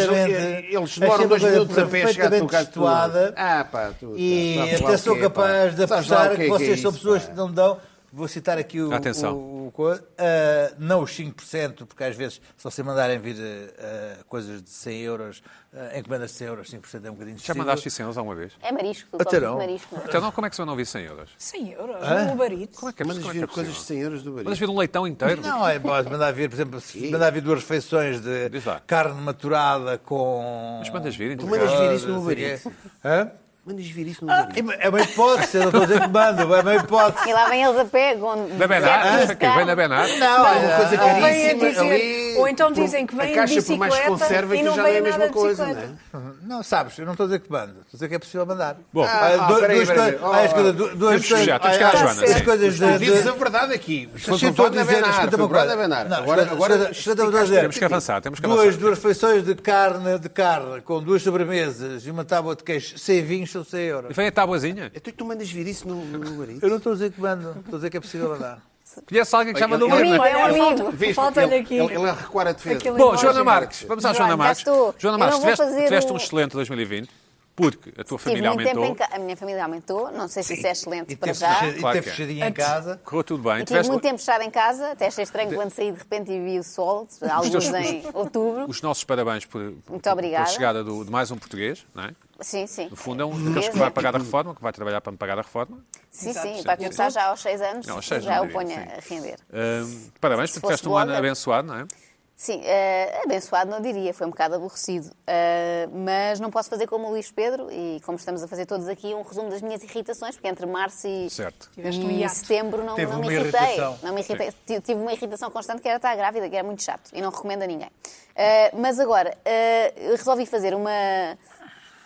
B: eles demoram dois minutos a pé a chegar no caso
E: situada.
B: Ah, pá, tu,
E: E
B: sabes lá
E: até
B: o
E: sou
B: quê, pá.
E: capaz de
B: Sabes lá o
E: apostar
B: é
E: que vocês
B: é
E: são
B: isso,
E: pessoas
B: pá.
E: que não dão. Vou citar aqui o.
A: Atenção.
E: o- o co- ah, não os 5%, porque às vezes, só se mandarem vir ah, ah, coisas de 100 euros, ah, encomendas de 100 euros, 5% é um bocadinho
A: Já mandaste 100 euros alguma vez?
D: É marisco.
E: Até
D: Até
E: não.
D: Marisco.
A: Então, não, como é que se eu não vi 100 euros?
C: 100 euros, um Uberito.
A: Como é que é,
B: Mandas
A: como é, que é
B: vir coisas de
A: possível?
B: 100 euros do
A: Mandas
B: barulho.
A: vir um leitão inteiro?
E: Não, é pode mandar vir, por exemplo, se mandar vir duas refeições de
A: Diz lá.
E: carne maturada com.
A: Mas mandas vir, então.
B: Tu mandas vir isso no
E: Não sei
B: Uber
E: quê.
B: Eats.
E: Hã?
B: Mandas vir isso no Uber Eats.
E: É uma hipótese, eu não estou a dizer que mando, é uma hipótese.
D: E lá vem eles a pé. com-
A: Da
D: sete
A: Benar?
D: anos de carro.
A: Vem da Benar?
E: Não,
B: É uma coisa
C: Ou, vêm a
B: caríssima
C: dizer,
B: ali.
C: ou então
B: por-
C: dizem que vêm
B: a
C: de
B: caixa, por
C: bicicleta
B: mais que conserva,
C: e
B: aquilo
C: não
B: já não é
C: vêm
B: a
C: nada
B: mesma
C: de
B: coisa, não
C: bicicleta.
B: é?
E: Não sabes, eu não estou a dizer que mando, estou a dizer que é possível mandar.
A: Bom.
E: Ah,
B: Ah,
E: du-
B: peraí, peraí,
E: duas
B: peraí.
E: coisas- ah, as coisas- du- duas
A: Temos que chegar, Oh, temos que
E: ah,
A: chegar à
E: as
A: Joana, sim.
E: coisas de- de-
B: Dizes a verdade aqui. Foi
E: Sim, estou a
B: provado na
A: é
E: dizer,
B: Benar.
E: escuta
B: Foi
E: uma coisa.
B: provado na Benar.
E: Não,
B: Agora,
E: escuta-
B: agora,
E: escuta- escuta- estou a dizer.
A: Temos que avançar, temos que
E: Duas,
A: avançar.
E: duas refeições de carne, de carne, com duas sobremesas e uma tábua de queijo sem vinho, são 100
A: E
E: euros.
A: vem a tabuazinha?
B: Então tu mandas vir isso no no Uber Eats?
E: Eu não estou a dizer que mando, estou a dizer que é possível mandar.
A: Conhece alguém que já mandou
D: É um
A: vir?
D: amigo,
A: mas-
D: é um amigo.
B: Viste?
C: Falta-lhe
B: Ele-
C: aqui.
B: Ele ele a recuar a defesa.
C: Aquele
A: Bom,
C: imagem.
A: Joana Marques, vamos à
D: Joana,
A: Joana
D: já
A: Marques.
D: estou.
A: Joana
D: Eu não
A: Marques,
D: vou
A: tiveste,
D: fazer
A: tiveste
D: o-
A: um excelente 2020 porque a tua
D: Tive
A: família
D: muito tempo em
A: aumentou,
D: casa. A minha família aumentou. Não sei se isso é excelente
E: E
D: para
E: ter
D: já.
E: fecha- e
A: Claro
E: ter
A: que é.
E: fechadinha em casa.
A: correu tudo bem.
D: E tive
A: Tiveste um-
D: muito tempo fechado em casa, até achei estranho quando saí de repente e vi o sol, há luz em outubro.
A: os nossos parabéns por, por-
D: obrigada.
A: pela chegada do- de mais um português, não é?
D: Sim, sim.
A: No fundo, é um daqueles que vai pagar a reforma, que vai trabalhar para me pagar a reforma.
D: Sim, sim, vai começar já aos seis anos,
A: Não, aos seis
D: já
A: não
D: o
A: diria,
D: ponho
A: sim.
D: a render.
A: Ahm, parabéns,
D: Se
A: porque tiveste
D: fosse
A: um ano
D: blogger.
A: abençoado, não é?
D: Sim, eh, abençoado não diria, foi um bocado aborrecido. Eh, mas não posso fazer como o Luís Pedro e como estamos a fazer todos aqui, um resumo das minhas irritações, porque entre março e,
A: Certo.
C: Tiveste um
D: e
C: hiato.
D: setembro não,
E: Teve
D: não me
E: uma
D: irritei.
E: irritação.
D: Não me irritei. Ti- Tive uma irritação constante que era estar grávida, que era muito chato e não recomendo a ninguém. Eh, mas agora, eh, eu resolvi fazer uma,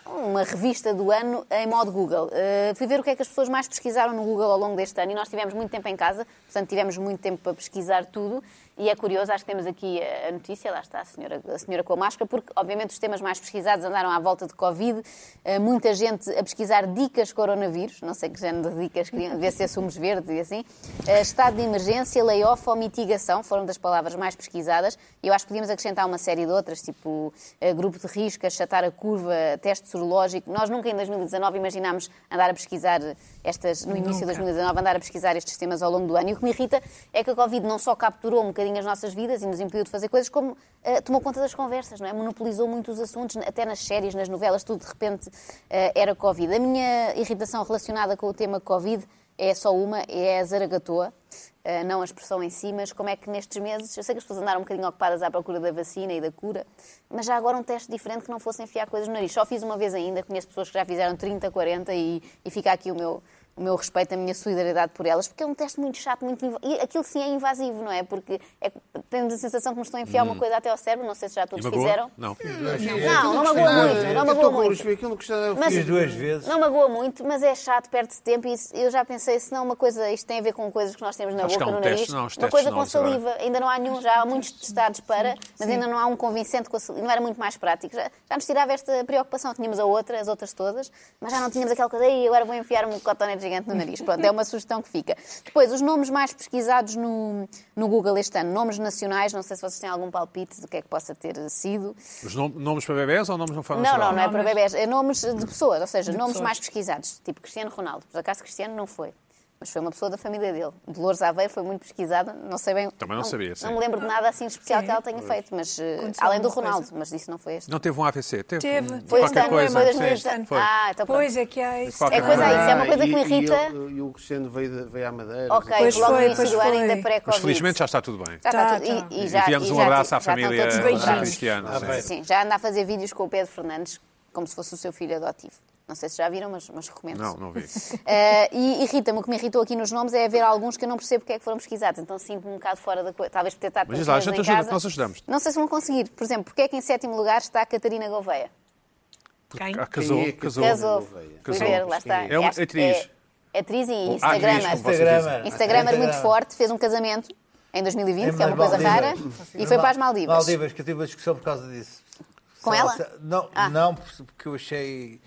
D: uma revista do ano em modo Google. Uh, fui ver o que é que as pessoas mais pesquisaram no Google ao longo deste ano e nós tivemos muito tempo em casa, portanto tivemos muito tempo para pesquisar tudo e é curioso, acho que temos aqui a, a notícia, lá está a senhora, a senhora com a máscara, porque obviamente os temas mais pesquisados andaram à volta de Covid, uh, muita gente a pesquisar dicas coronavírus, não sei que género de dicas queriam, devia ser sumos verdes e assim, Uh, estado de emergência, layoff ou mitigação foram das palavras mais pesquisadas e eu acho que podíamos acrescentar uma série de outras, tipo eh, grupo de risco, achatar a curva, teste sorológico. Nós nunca em 2019 imaginámos andar a pesquisar estas, no início de 2019, andar a pesquisar estes temas ao longo do ano. E o que me irrita é que a Covid não só capturou um bocadinho as nossas vidas e nos impediu de fazer coisas, como eh, tomou conta das conversas, não é? Monopolizou muito os assuntos, até nas séries, nas novelas, tudo de repente eh, era Covid. A minha irritação relacionada com o tema Covid é só uma, é a zaragatoa. Uh, não a expressão em si, mas como é que nestes meses, eu sei que as pessoas andaram um bocadinho ocupadas à procura da vacina e da cura, mas já agora um teste diferente que não fosse enfiar coisas no nariz. Só fiz uma vez ainda, conheço pessoas que já fizeram 30, 40 e, e fica aqui o meu, o meu respeito, a minha solidariedade por elas, porque é um teste muito chato, muito inv- e aquilo sim é invasivo, não é? Porque é- temos a sensação que nos estão a enfiar uma
B: Hum.
D: coisa até ao cérebro, não sei se já todos fizeram.
A: Não.
B: É,
D: Não, não magoa muito, não
B: Eu estou
D: magoa
B: com o
D: muito.
B: Luís Pedro, aquilo que está...
D: Mas-
E: Fiz duas vezes.
D: Não magoa muito, mas é chato, perde-se tempo e isso- eu já pensei, se não uma coisa, isto tem a ver com coisas que nós temos na
A: Acho que
D: boca,
A: há um
D: no
A: teste,
D: nariz,
A: não, os
D: uma
A: testes
D: coisa com
A: novos agora.
D: saliva, ainda não há nenhum, já há muitos testados para, mas ainda não há um convincente com a saliva, não era muito mais prático, já, já nos tirava esta preocupação, tínhamos a outra, as outras todas, mas já não tínhamos aquela coisa, e agora vou enfiar um cotonete gigante no nariz, pronto, é uma sugestão que fica. Depois, os nomes mais pesquisados no, no Google este ano, nomes nacionais, não sei se vocês têm algum palpite do que é que possa ter sido,
A: Os nom- nomes para bebés ou nomes não falam
D: não,
A: geral?
D: não, não é para bebés. É nomes de pessoas, ou seja, nomes
C: pessoas.
D: mais pesquisados. Tipo Cristiano Ronaldo. Por acaso Cristiano não foi. Mas foi uma pessoa da família dele. Dolores Aveiro foi muito pesquisada, não sei bem.
A: Também não sabia, sim.
D: Não me lembro de nada assim especial que ela tenha feito, mas eh, além do
C: alguma
D: Ronaldo, mas isso não foi este.
A: Não teve um AVC? Teve.
C: Teve.
A: um-
D: Foi este
A: qualquer
D: ano, é
A: coisa.
D: foi
A: sim.
D: 2018.
A: Foi.
D: Ah, então pronto.
C: Pois é que há isso.
A: Qualquer
D: É coisa aí,
A: coisa.
D: isso é uma coisa
B: Ah,
D: que me
B: e- e
D: irrita.
B: ele- E o Cristiano veio, de- veio à Madeira.
D: Ok,
C: Pois
D: logo no
C: foi,
D: início
C: pois
D: do ano
C: foi.
D: ainda
A: Mas
D: pré-Covid.
A: felizmente já está tudo bem.
D: Já está
C: Tá,
D: tudo.
C: tá.
D: E, e já,
A: Enviamos
D: e
A: um
D: já-
A: abraço à
D: já estão
A: família
D: todos
A: do
C: beijinhos.
D: colocados.
A: Cristiano.
E: Ah,
A: sim.
E: bem.
D: Sim, já anda a fazer vídeos com o Pedro Fernandes, como se fosse o seu filho adotivo. Não sei se já viram, mas, mas recomendo.
A: Não, não vi.
D: Eh, e irrita-me, o que me irritou aqui nos nomes é haver alguns que eu não percebo porque é que foram pesquisados, então sinto-me um bocado fora da coisa. Talvez por ter estado
A: Mas
D: tantos
A: diz lá, a
D: meses
A: gente
D: em
A: ajuda,
D: casa.
A: que nós ajudamos.
D: Não sei se vão conseguir. Por exemplo, porque é que em sétimo lugar está a Catarina Gouveia?
C: Quem?
A: Ah, casou,
B: Quem é que
A: casou.
D: Casou. Fui
A: Casou.
D: ver, lá está.
A: É uma
D: Acho que
A: atriz.
D: É, atriz e
A: Ou
D: Instagram.
A: atriz, como vocês
E: Instagramer.
D: Instagramer muito forte, fez um casamento em 2020, que é uma coisa rara, e foi para as Maldivas.
E: Maldivas, que eu tive uma discussão por causa disso.
D: Com
E: Se
D: ela?
E: se- Não,
D: Ah.
E: não, porque eu achei.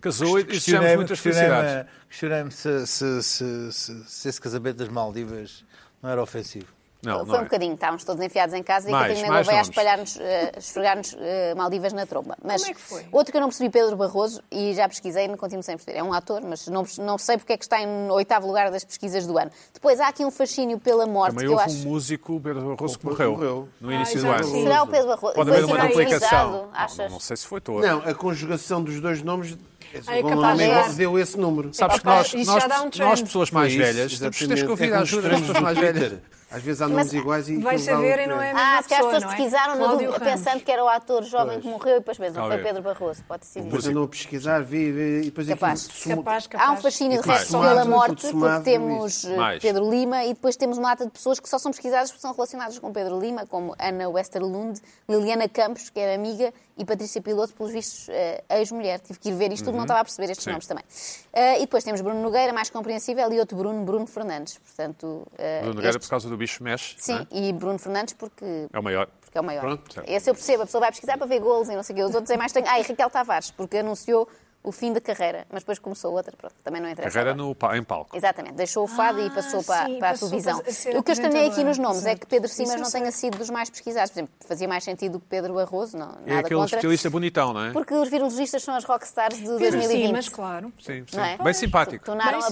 A: Casou e
E: questionei-me-
A: desejamos muitas
E: questionei-me-
A: felicidades.
E: Questionei-me se, se, se, se, se esse casamento das Maldivas não era ofensivo.
A: Não,
D: Foi
A: não
D: um
A: é.
D: bocadinho, estávamos todos enfiados em casa
A: Mais,
D: e a Catarina
A: mais
D: Gouveia a
A: nomes.
D: espalhar-nos, eh, a esfregar-nos eh, Maldivas na tromba. Mas
C: Como é que foi?
D: outro que eu não percebi, Pedro Barroso, e já pesquisei e me continuo sem perceber. É um ator, mas não, não sei porque é que está em oitavo lugar das pesquisas do ano. Depois há aqui um fascínio pela morte,
A: Também
D: que eu
A: houve
D: acho.
A: um músico, Pedro Barroso, que morreu
B: morreu.
A: no início
C: Ah,
A: do
C: já
A: ano.
C: vi.
D: Será o Pedro Barroso?
A: Pode
D: Foi
A: haver uma
D: assim
A: complicação.
D: pesquisado,
A: Não,
D: achas?
A: não sei se foi todo.
B: Não, a conjugação dos dois nomes
C: Ah, é
B: o
C: capaz
B: nome
C: de
B: é-
C: dar.
B: deu esse número.
A: Sabes que
C: Epá,
A: nós,
C: isso já
A: nós,
C: dá um trend.
A: nós pessoas mais
B: Isso,
A: velhas, temos tens
B: exatamente.
A: que
B: É
A: ouvir
B: como
A: a
B: os
A: ajuda das
B: estranhos
A: pessoas
B: do
A: mais velhas.
B: Twitter. Às vezes há nomes iguais e
C: Vai
B: aquilo dá
C: saber
B: um
C: e não é
B: trem.
C: a mesma
D: Ah, se calhar as
C: pessoa,
D: pessoas
C: não é?
D: pesquisaram no
C: Cláudio
D: Google
C: Ramos.
D: pensando que era o ator jovem que morreu e depois mesmo, foi
A: Talvez.
D: Pedro Barroso, pode ser
B: Depois
D: isso.
B: andam a pesquisar, vi, vi, e depois aquilo
D: Capaz.
B: suma-
C: Capaz, capaz.
D: Há um fascínio de
A: Mais.
D: resto
B: Somado,
D: pela
B: tudo
D: morte, porque
B: somado,
D: temos
B: isso.
D: eh,
A: Mais.
D: Pedro Lima e depois temos uma data de pessoas que só são pesquisadas porque são relacionadas com Pedro Lima, como Ana Westerlund, Liliana Campos, que era amiga, e Patrícia Piloto, pelos vistos, eh, ex-mulher. Tive que ir ver isto tudo, não estava a perceber estes
A: Uhum. Sim.
D: nomes também. Eh, e depois temos Bruno Nogueira, mais compreensível, e outro Bruno, Bruno Fernandes. Portanto, eh,
A: Bruno Nogueira,
D: este-
A: por causa do bicho mexe, não
D: Sim,
A: é?
D: e Bruno Fernandes porque
A: é o maior.
D: porque é o maior.
A: Pronto, certo.
D: Esse eu percebo, a pessoa vai pesquisar para ver golos e não sei o quê. Os outros é mais estranho. Ah, e Raquel Tavares, porque anunciou o fim da carreira, mas depois começou outra, pronto, também não interessa.
A: Carreira
D: agora.
A: no, pa- em palco.
D: Exatamente, deixou o fado e passou
C: Ah, sim,
D: para, para a
C: passou
D: televisão.
C: para ser
D: o que eu estranhei aqui
C: apresentadora,
D: nos nomes é
C: certo.
D: que Pedro
C: Isso
D: Simas
C: não
D: não
C: sei.
D: tenha sido dos mais pesquisados. Por exemplo, fazia mais sentido do que Pedro Barroso, não, nada
A: É aquele
D: contra.
A: estilista bonitão, não é?
D: Porque os virologistas são as rockstars de
C: Pedro
D: 2020.
C: Simas, claro.
A: Sim, sim.
D: não é?
A: Bem simpático.
D: Tornaram
C: Bem,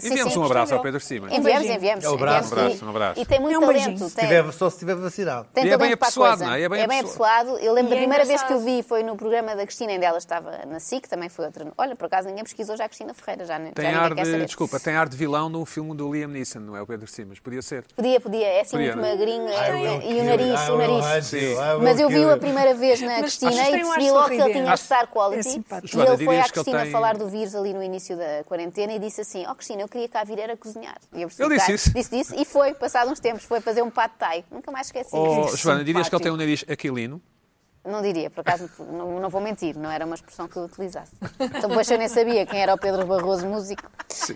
C: sim.
D: Sim,
A: Enviamos
D: sim.
A: um abraço
C: gostei
A: ao Pedro Simas.
D: Enviamos,
C: beijinho.
D: enviamos.
E: É um abraço,
D: enviamos.
A: um abraço, um abraço.
D: E, e tem muito
C: É um beijinho.
D: talento.
C: Se
D: tem-
E: Tiver, só se tiver vacinado.
D: Tem
A: E é
D: talento
A: bem
D: para a
A: apessoado,
D: coisa.
A: não é? É bem
D: apessoado. Eu lembro
C: E
D: a
C: é
D: primeira vez que eu
C: engraçado.
D: vi foi no programa da Cristina, ainda ela estava na SIC, também foi outra. Olha, por acaso ninguém pesquisou já a Cristina Ferreira, já, nem- já
A: Tem
D: ninguém
A: ar
D: quer
A: de,
D: saber.
A: desculpa, tem ar de vilão no filme do Liam Neeson, não é o Pedro Simas? Podia ser.
D: Podia, podia, é assim
A: Podia,
D: muito magrinho é- e o
E: I
D: nariz, o
E: will
D: nariz.
E: hunt you, I will
D: Mas eu vi-o
E: kill
D: a
E: you.
D: primeira vez na
C: Mas
D: Cristina
C: achas
D: e
C: que tem um ar
D: percebi logo que ele
C: sorridente?
D: tinha star
C: É
D: quality.
C: simpático.
D: e
A: Joana,
D: ele foi à
A: dirias que ele
D: Cristina
A: tem-
D: falar do vírus ali no início da quarentena e disse assim: Ó Cristina, eu queria cá vir era cozinhar. E eu percebi,
A: Ele disse
D: "Tá."
A: isso?
D: Disse, disse, e foi, passados uns tempos, foi fazer um pad thai. Nunca mais esqueci. é
A: Oh,
D: Simpático.
A: Joana, dirias que ele tem um nariz aquilino?
D: Não diria, por acaso, não, não vou mentir, não era uma expressão que eu utilizasse. Então, depois eu nem sabia quem era o Pedro Barroso, músico.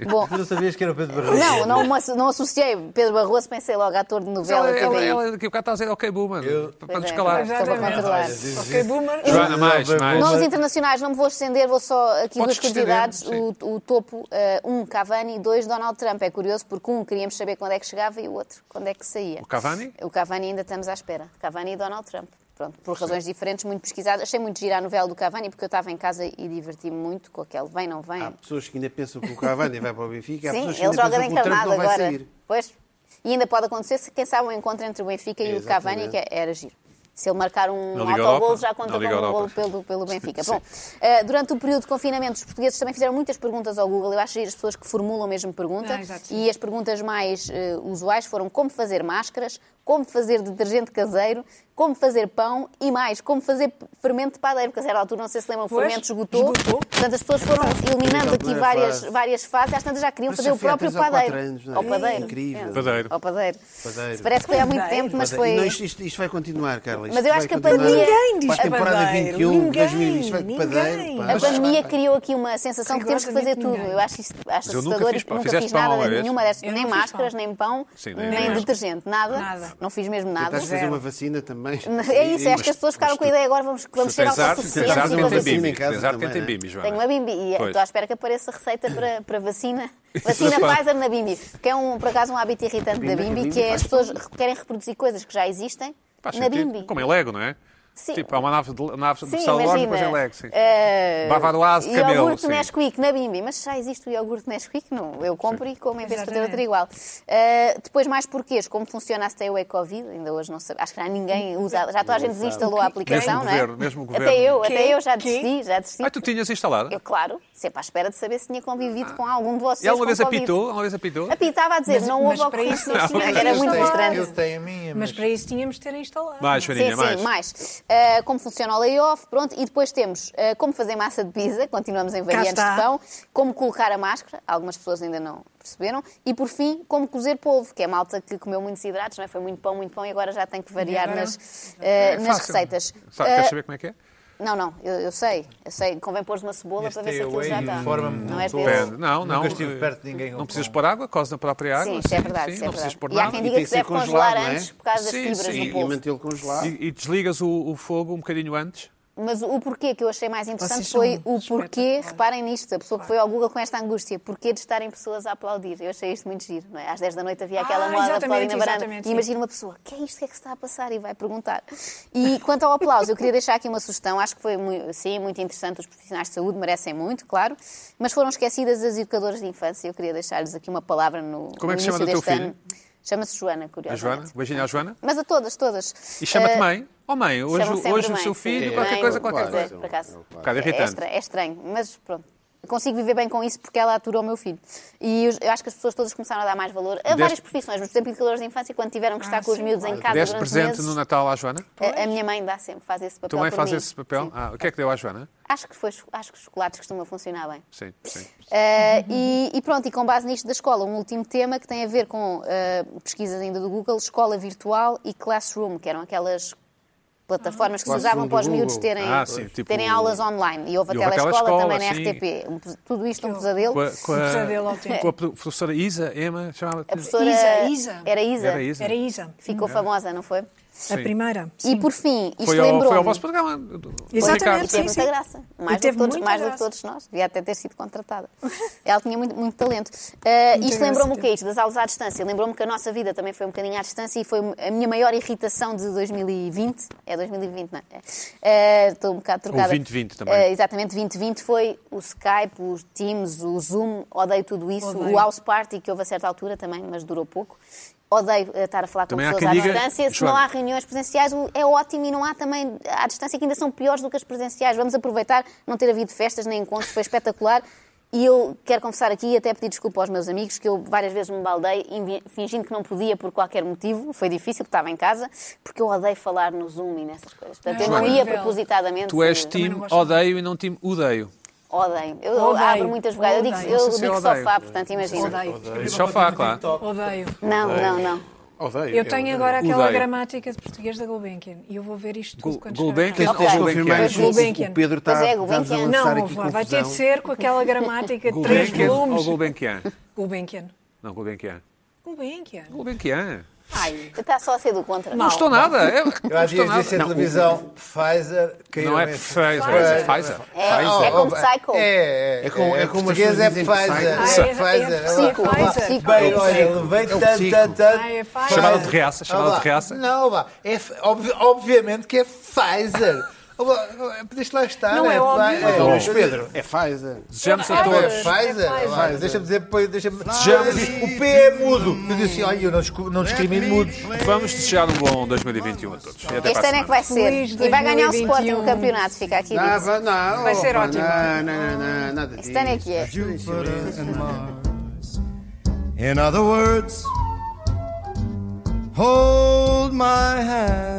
D: Bom,
E: Tu não sabias que era o Pedro Barroso?
D: não, não, me asso- não associei Pedro Barroso, pensei logo ator de novela. é
A: Ela,
D: tudo
A: ela,
D: aí.
A: ela, daqui a bocado está a dizer ok, boomer, para
D: Pois é,
A: nos calar.
D: pois é, para controlar.
C: Ok, boomer.
A: Joana, mais, mais.
D: Nomes internacionais, não então me vou estender, vou só aqui
A: Podes
D: duas curiosidades.
A: estender,
D: O, o topo, eh, um Cavani, dois Donald Trump. É curioso porque um queríamos saber quando é que chegava e o outro quando é que saía.
A: O Cavani?
D: O Cavani ainda estamos à espera. Cavani e Donald Trump. Pronto, por razões diferentes, muito pesquisadas. Achei muito gira a novela do Cavani porque eu estava em casa e diverti-me muito com aquele vem, não
A: Ah,
D: vem.
B: Há pessoas que ainda pensam que o Cavani vai para o Benfica, há
D: Sim,
B: pessoas que
D: ele
B: ainda
D: joga
B: pensam
D: de
B: que o Trump
D: encarnado
B: não vai
D: agora.
B: sair.
D: Pois. E ainda pode acontecer, se quem sabe, um encontro entre o Benfica e o Cavani, que era giro. Se ele marcar um
A: Na Liga
D: autogol,
A: Europa.
D: já conta
A: Na
D: como
A: Liga
D: um gol
A: Europa.
D: pelo, pelo Benfica. Bom, eh, durante o período de confinamento, os portugueses também fizeram muitas perguntas ao Google. Eu acho giro as pessoas que formulam a mesma pergunta.
C: Ah, exato, sim.
D: e as perguntas mais eh, usuais foram como fazer máscaras, como fazer detergente caseiro, como fazer pão e mais, como fazer fermento de padeiro, porque a certa altura, não sei se lembram, o
C: Pois,
D: fermento esgotou.
C: esgotou.
D: Portanto, as pessoas foram
B: Incrível,
D: eliminando aqui
B: não é
D: várias,
B: fácil.
D: várias fases, às tantas já queriam
B: Mas
D: fazer
B: já
D: o
B: foi há
D: próprio
B: três ou quatro
D: padeiro.
B: anos, não é?
D: Ao padeiro.
B: Incrível.
D: É.
A: Padeiro.
D: Ao padeiro.
B: Padeiro.
D: Parece que foi há muito
C: Padeiro.
D: tempo, mas
B: Mas eh,
D: foi.
B: não, isto, isto- isto vai continuar, Carla. Isto
D: Mas eu
B: vai
D: acho que é a
B: continuar
D: pandemia-
C: Ninguém diz
B: Para a temporada
C: padeiro,
B: 21,
C: ninguém,
B: 2000, isto vai de padeiro.
C: ninguém.
B: pá.
D: A
C: Mas-
D: pandemia criou aqui uma sensação que temos que fazer
C: Rigorosamente
D: tudo.
C: ninguém.
D: Eu acho isto
A: Mas
D: acho
A: eu nunca
D: assustador
A: fiz
D: e
A: pão.
D: nunca
A: Fizeste
D: fiz nada
A: pão uma vez?
D: nenhuma destas,
C: Eu não
D: nem
C: fiz
D: máscaras,
C: pão.
D: nem pão,
A: Sim, nem
D: nem,
A: máscaras.
D: detergente, nada.
C: Nada.
D: Não fiz mesmo nada.
B: Tentaste fazer
C: Zero.
B: uma vacina também.
D: É isso, acho que as pessoas ficaram com a ideia agora, vamos, vamos ser
A: Tens arte,
D: autossuficientes.
A: tens
D: e
A: arte
B: fazer
A: quem
D: uma
A: tem
B: vacina
A: bimbi.
B: em casa
A: Tens arte quem
B: também,
A: tem
B: né?
A: bimbi, Joana.
D: Tenho uma Bimbi e
A: Pois.
D: estou à espera que apareça receita para, para vacina.
A: da
D: Vacina
A: Pfizer.
D: Pfizer na Bimbi, que é um, por acaso um hábito irritante da
B: Bimbi,
D: Bimbi,
B: Bimbi
D: que é
B: faz
D: as pessoas querem reproduzir coisas que já existem
A: Faz
D: na
A: sentido.
D: Bimbi.
A: Como em Lego, não é?
D: Sim.
A: Tipo, há uma nave de, nave de
D: Sim,
A: Star Wars e
D: imagina.
A: depois em Lego, sim.
D: eh,
A: Bavaroise de camelo,
D: Iogurte
A: sim.
D: Nesquik na Bimbi. Mas já existe o iogurte Nesquik? Não. Eu compro e como em vez de fazer
C: Exatamente.
D: outro igual. Eh, depois, mais porquês. Como funciona a Stay Away Covid? Ainda hoje não sei. Acho que já ninguém usa. Já toda a gente desinstalou a
A: Mesmo
D: aplicação,
A: o
D: não é?
A: governo, mesmo o governo.
D: Até eu,
C: Quê?
D: até eu já
C: Quê?
D: desisti, já desisti.
A: Ah, tu tinhas instalado?
D: Eu, claro, sempre à espera de saber se tinha convivido com algum de vocês.
A: E alguma
D: com
A: vez
D: Covid.
A: apitou? Alguma vez apitou?
D: Apitava a dizer,
C: Mas-
D: não
C: mas
D: houve
C: para
D: ocorrência.
C: isso
A: não.
D: nacional. Era muito
E: Eu tenho-
D: frustrante.
E: Eu tenho a minha,
C: Mas
E: mas...
C: para isso tínhamos de ter instalado.
A: Mais,
C: não é?
A: Farinha,
D: sim, sim, mais. Ah, como funciona o layoff, pronto. E depois temos ah, como fazer massa de pizza, continuamos em variantes
C: está.
D: de pão, como colocar a máscara, algumas pessoas ainda não perceberam, e por fim, como cozer polvo, que é a malta que comeu muitos hidratos, não é? foi muito pão, muito pão, e agora já tem que variar
C: agora?
D: nas, ah, nas
A: fácil.
D: receitas.
A: Sabe, queres
D: Ah,
A: saber como é que é?
D: Não, não, eu, eu sei, eu sei, convém pôr uma cebola
E: Este é
D: para ver se aquilo
E: takeaway
D: já está.
E: informa-me
D: Não é
E: muito.
D: desse.
A: Depende. Não, não. eh,
E: Nunca estive perto de ninguém com
A: Não precisas
E: pão.
A: pôr água, cose na própria água.
D: Sim, isso é
A: sim,
D: verdade,
A: sim,
D: isso é
A: não precisas
D: verdade.
A: pôr
D: E há
A: nada.
D: quem
B: E
D: diga
B: tem
D: que
B: que
D: se
B: ser
D: deve congelar
B: congelado, não é?
D: antes por causa das
A: Sim,
D: fibras
A: sim.
D: do
B: E, e
D: polvo.
B: mantê-lo congelado.
A: E, e desligas o, o fogo um bocadinho antes.
D: Mas o porquê que eu achei mais interessante
C: Vocês são
D: foi o porquê,
C: espetaculares.
D: reparem nisto, a pessoa que foi ao Google com esta angústia, porquê de estarem pessoas a aplaudir. Eu achei isto muito giro, não é? Às 10 da noite havia aquela
C: Ah,
D: moda
C: exatamente,
D: aplaudir na baranda.
C: exatamente,
D: E imagina uma pessoa, que é isto que é que se está a passar? E vai perguntar. E quanto ao aplauso, eu queria deixar aqui uma sugestão, acho que foi, mui- sim, muito interessante, os profissionais de saúde merecem muito, claro, mas foram esquecidas as educadoras de infância, eu queria deixar-lhes aqui uma palavra no,
A: Como é que
D: no
A: se chama
D: início
A: do teu
D: deste
A: filho?
D: ano. Chama-se Joana,
A: A
D: curiosamente.
A: Joana, beijinho à Joana.
D: Mas a todas, todas.
A: E chama-te
D: Eh,
A: mãe. Oh mãe, hoje,
D: Chamam sempre
A: hoje o
D: mãe,
A: seu
D: sim.
A: filho,
D: Sim,
A: qualquer
D: mãe,
A: coisa, qualquer
D: pois é,
A: coisa.
D: por acaso.
A: Um bocado
D: É,
A: irritante.
D: estra- é estranho, mas pronto. Eu Consigo viver bem com isso porque ela aturou o meu filho. E eu, eu acho que as pessoas todas começaram a dar mais valor a
A: Deste-
D: várias profissões, mas, por exemplo, educadores de infância, quando tiveram que estar
C: Ah,
D: com os
C: sim,
D: miúdos em casa
A: Deste
D: durante
A: presente
D: meses,
A: no Natal à Joana?
D: a, a minha mãe dá sempre, faz esse papel.
A: Tu mãe
D: por
A: faz
D: mim.
A: esse papel?
D: Sim.
A: Ah, o que é que deu à Joana?
D: Acho, que foi, acho que os chocolates costumam funcionar bem.
A: Sim, sim.
D: Eh,
B: Uhum.
D: e, e pronto, e com base nisto da escola, um último tema que tem a ver com eh, pesquisas ainda do Google, escola virtual e classroom, que eram aquelas plataformas que se
B: Classroom
D: usavam
B: do
D: para os miúdos
B: Google.
D: terem,
A: Ah, sim, tipo-
D: terem aulas online. E houve a
A: E houve a
D: telescola,
A: telescola,
D: também na
A: sim.
D: RTP. Um pes- tudo isto um pesadelo.
A: Com a, com
C: Um pesadelo ao
A: a,
C: tempo.
A: com a pro- professora Isa, Emma, chamava-te.
D: A professora
C: Isa, Isa.
D: era Isa.
A: Era Isa. Uhum.
C: Era Isa.
D: Ficou famosa, não foi?
C: A primeira.
D: E por fim,
A: Foi
D: isto
A: ao, foi ao
D: lembrou-me.
A: vosso programa. do- do
C: Exatamente,
A: Ricardo.
D: E teve
C: Sim,
D: muita
C: sim.
D: graça.
C: E
D: Mais, do, que
C: teve
D: todos,
C: muita
D: mais do que
C: graça.
D: todos nós. Devia até ter sido contratada. Ela tinha muito, muito talento. Uh, isto
C: graça
D: lembrou-me o
C: teve.
D: que é isto? Das aulas à distância. Lembrou-me que a nossa vida também foi um bocadinho à distância e foi a minha maior irritação de 2020. É 2020, não é? Uh, Estou um bocado trocada.
A: 2020 também.
D: Uh, exatamente, 2020 foi o Skype, os Teams, o Zoom. Odeio tudo isso.
C: Odeio.
D: O House Party, que houve a certa altura também, mas durou pouco. Odeio uh, estar a falar com
A: Também há
D: pessoas à
A: quem diga-
D: distância. Se não
A: Joana,
D: há reuniões presenciais o- é ótimo e não há também à distância que ainda são piores do que as presenciais. Vamos aproveitar, não ter havido festas nem encontros, foi espetacular. E eu quero confessar aqui e até pedir desculpa aos meus amigos, que eu várias vezes me baldei invi- fingindo que não podia por qualquer motivo. Foi difícil, porque estava em casa, porque eu odeio falar no Zoom e nessas coisas. Portanto, eu não
A: Joana,
D: ia propositadamente.
A: Tu és
D: Também
A: time
C: não gosto.
A: odeio e não time odeio.
D: Odeio. Eu
C: Odeio.
D: abro muitas vogais. Eu digo,
C: Odeio.
D: eu
A: Não sei se
D: digo
A: eu odeio.
D: sofá, portanto, imagina.
C: Odeio.
A: Diz sofá, claro.
C: Odeio.
D: Não, não, não.
B: Odeio.
C: Eu tenho agora
A: odeio.
C: aquela
A: Odeio.
C: gramática de português da Gulbenkian e eu vou ver isto tudo
A: Gul-
C: quando
A: Gulbenkian,
C: chegar a
D: Ok.
B: Tens de confirmar
C: Pois,
B: isto. O
C: Gulbenkian.
B: Pedro está
A: Tá,
D: Pois é,
B: está a
A: um
D: Gulbenkian.
B: lançar
C: casa. Não,
B: aqui
C: vai ter
B: confusão.
C: de ser com aquela gramática de três
A: Gulbenkian ou
C: volumes.
A: Gulbenkian?
C: Gulbenkian.
A: Não, Gulbenkian.
C: Gulbenkian.
A: Gulbenkian.
D: Ai, está só a ser do contra.
A: Não estou nada. Eu,
E: Eu há
A: não estou
E: dias disse
A: nada.
E: a televisão Pfizer caiu
A: Não é
E: em-
A: Pfizer, é Pfizer.
D: É,
A: oh,
D: é como Psycho.
E: É, é,
B: É como-
E: é,
B: é como
E: português
B: as pessoas
E: é
B: dizem
E: Pfizer.
C: Psycho. Ah,
E: É
C: é- é
E: Pfizer.
C: psico.
D: Psico.
E: Bem,
D: É o
E: olha, levei
B: psico.
E: tanto, tanto, tanto.
C: Ah, é Pfizer.
A: Chamaram de reaça, chamaram
E: Ah, vá.
A: de reaça.
E: Não, vá. É, f- obvi- obviamente que é Pfizer. Ah, vá, Pediste lá estar.
C: Não é
E: Pfi-
C: óbvio.
B: Mas, ó, Luís
E: é-
B: Pedro, é Pfizer.
A: Desejamos a
E: Não é
A: todos.
E: Pfizer?
C: Pfizer.
E: Vai, Deixa-me dizer, depois, deixa-me.
A: Sejamos-
E: O P é mudo. Eu disse, olha, eu não, discu- não discrimino mudos.
A: Vamos desejar um bom 2021 a todos. E até para a
D: Este ano é
A: semana.
D: que vai ser.
C: Feliz
D: E um. vai ganhar o
C: 2021.
D: Sporting no campeonato, fica aqui
B: Ah,
D: dito.
B: vá- não,
C: Vai ser
B: opa,
C: ótimo.
B: Não, não, não, não, nada
D: Este ano é que é.
J: Jupiter and Mars. In other words, hold
E: my hand.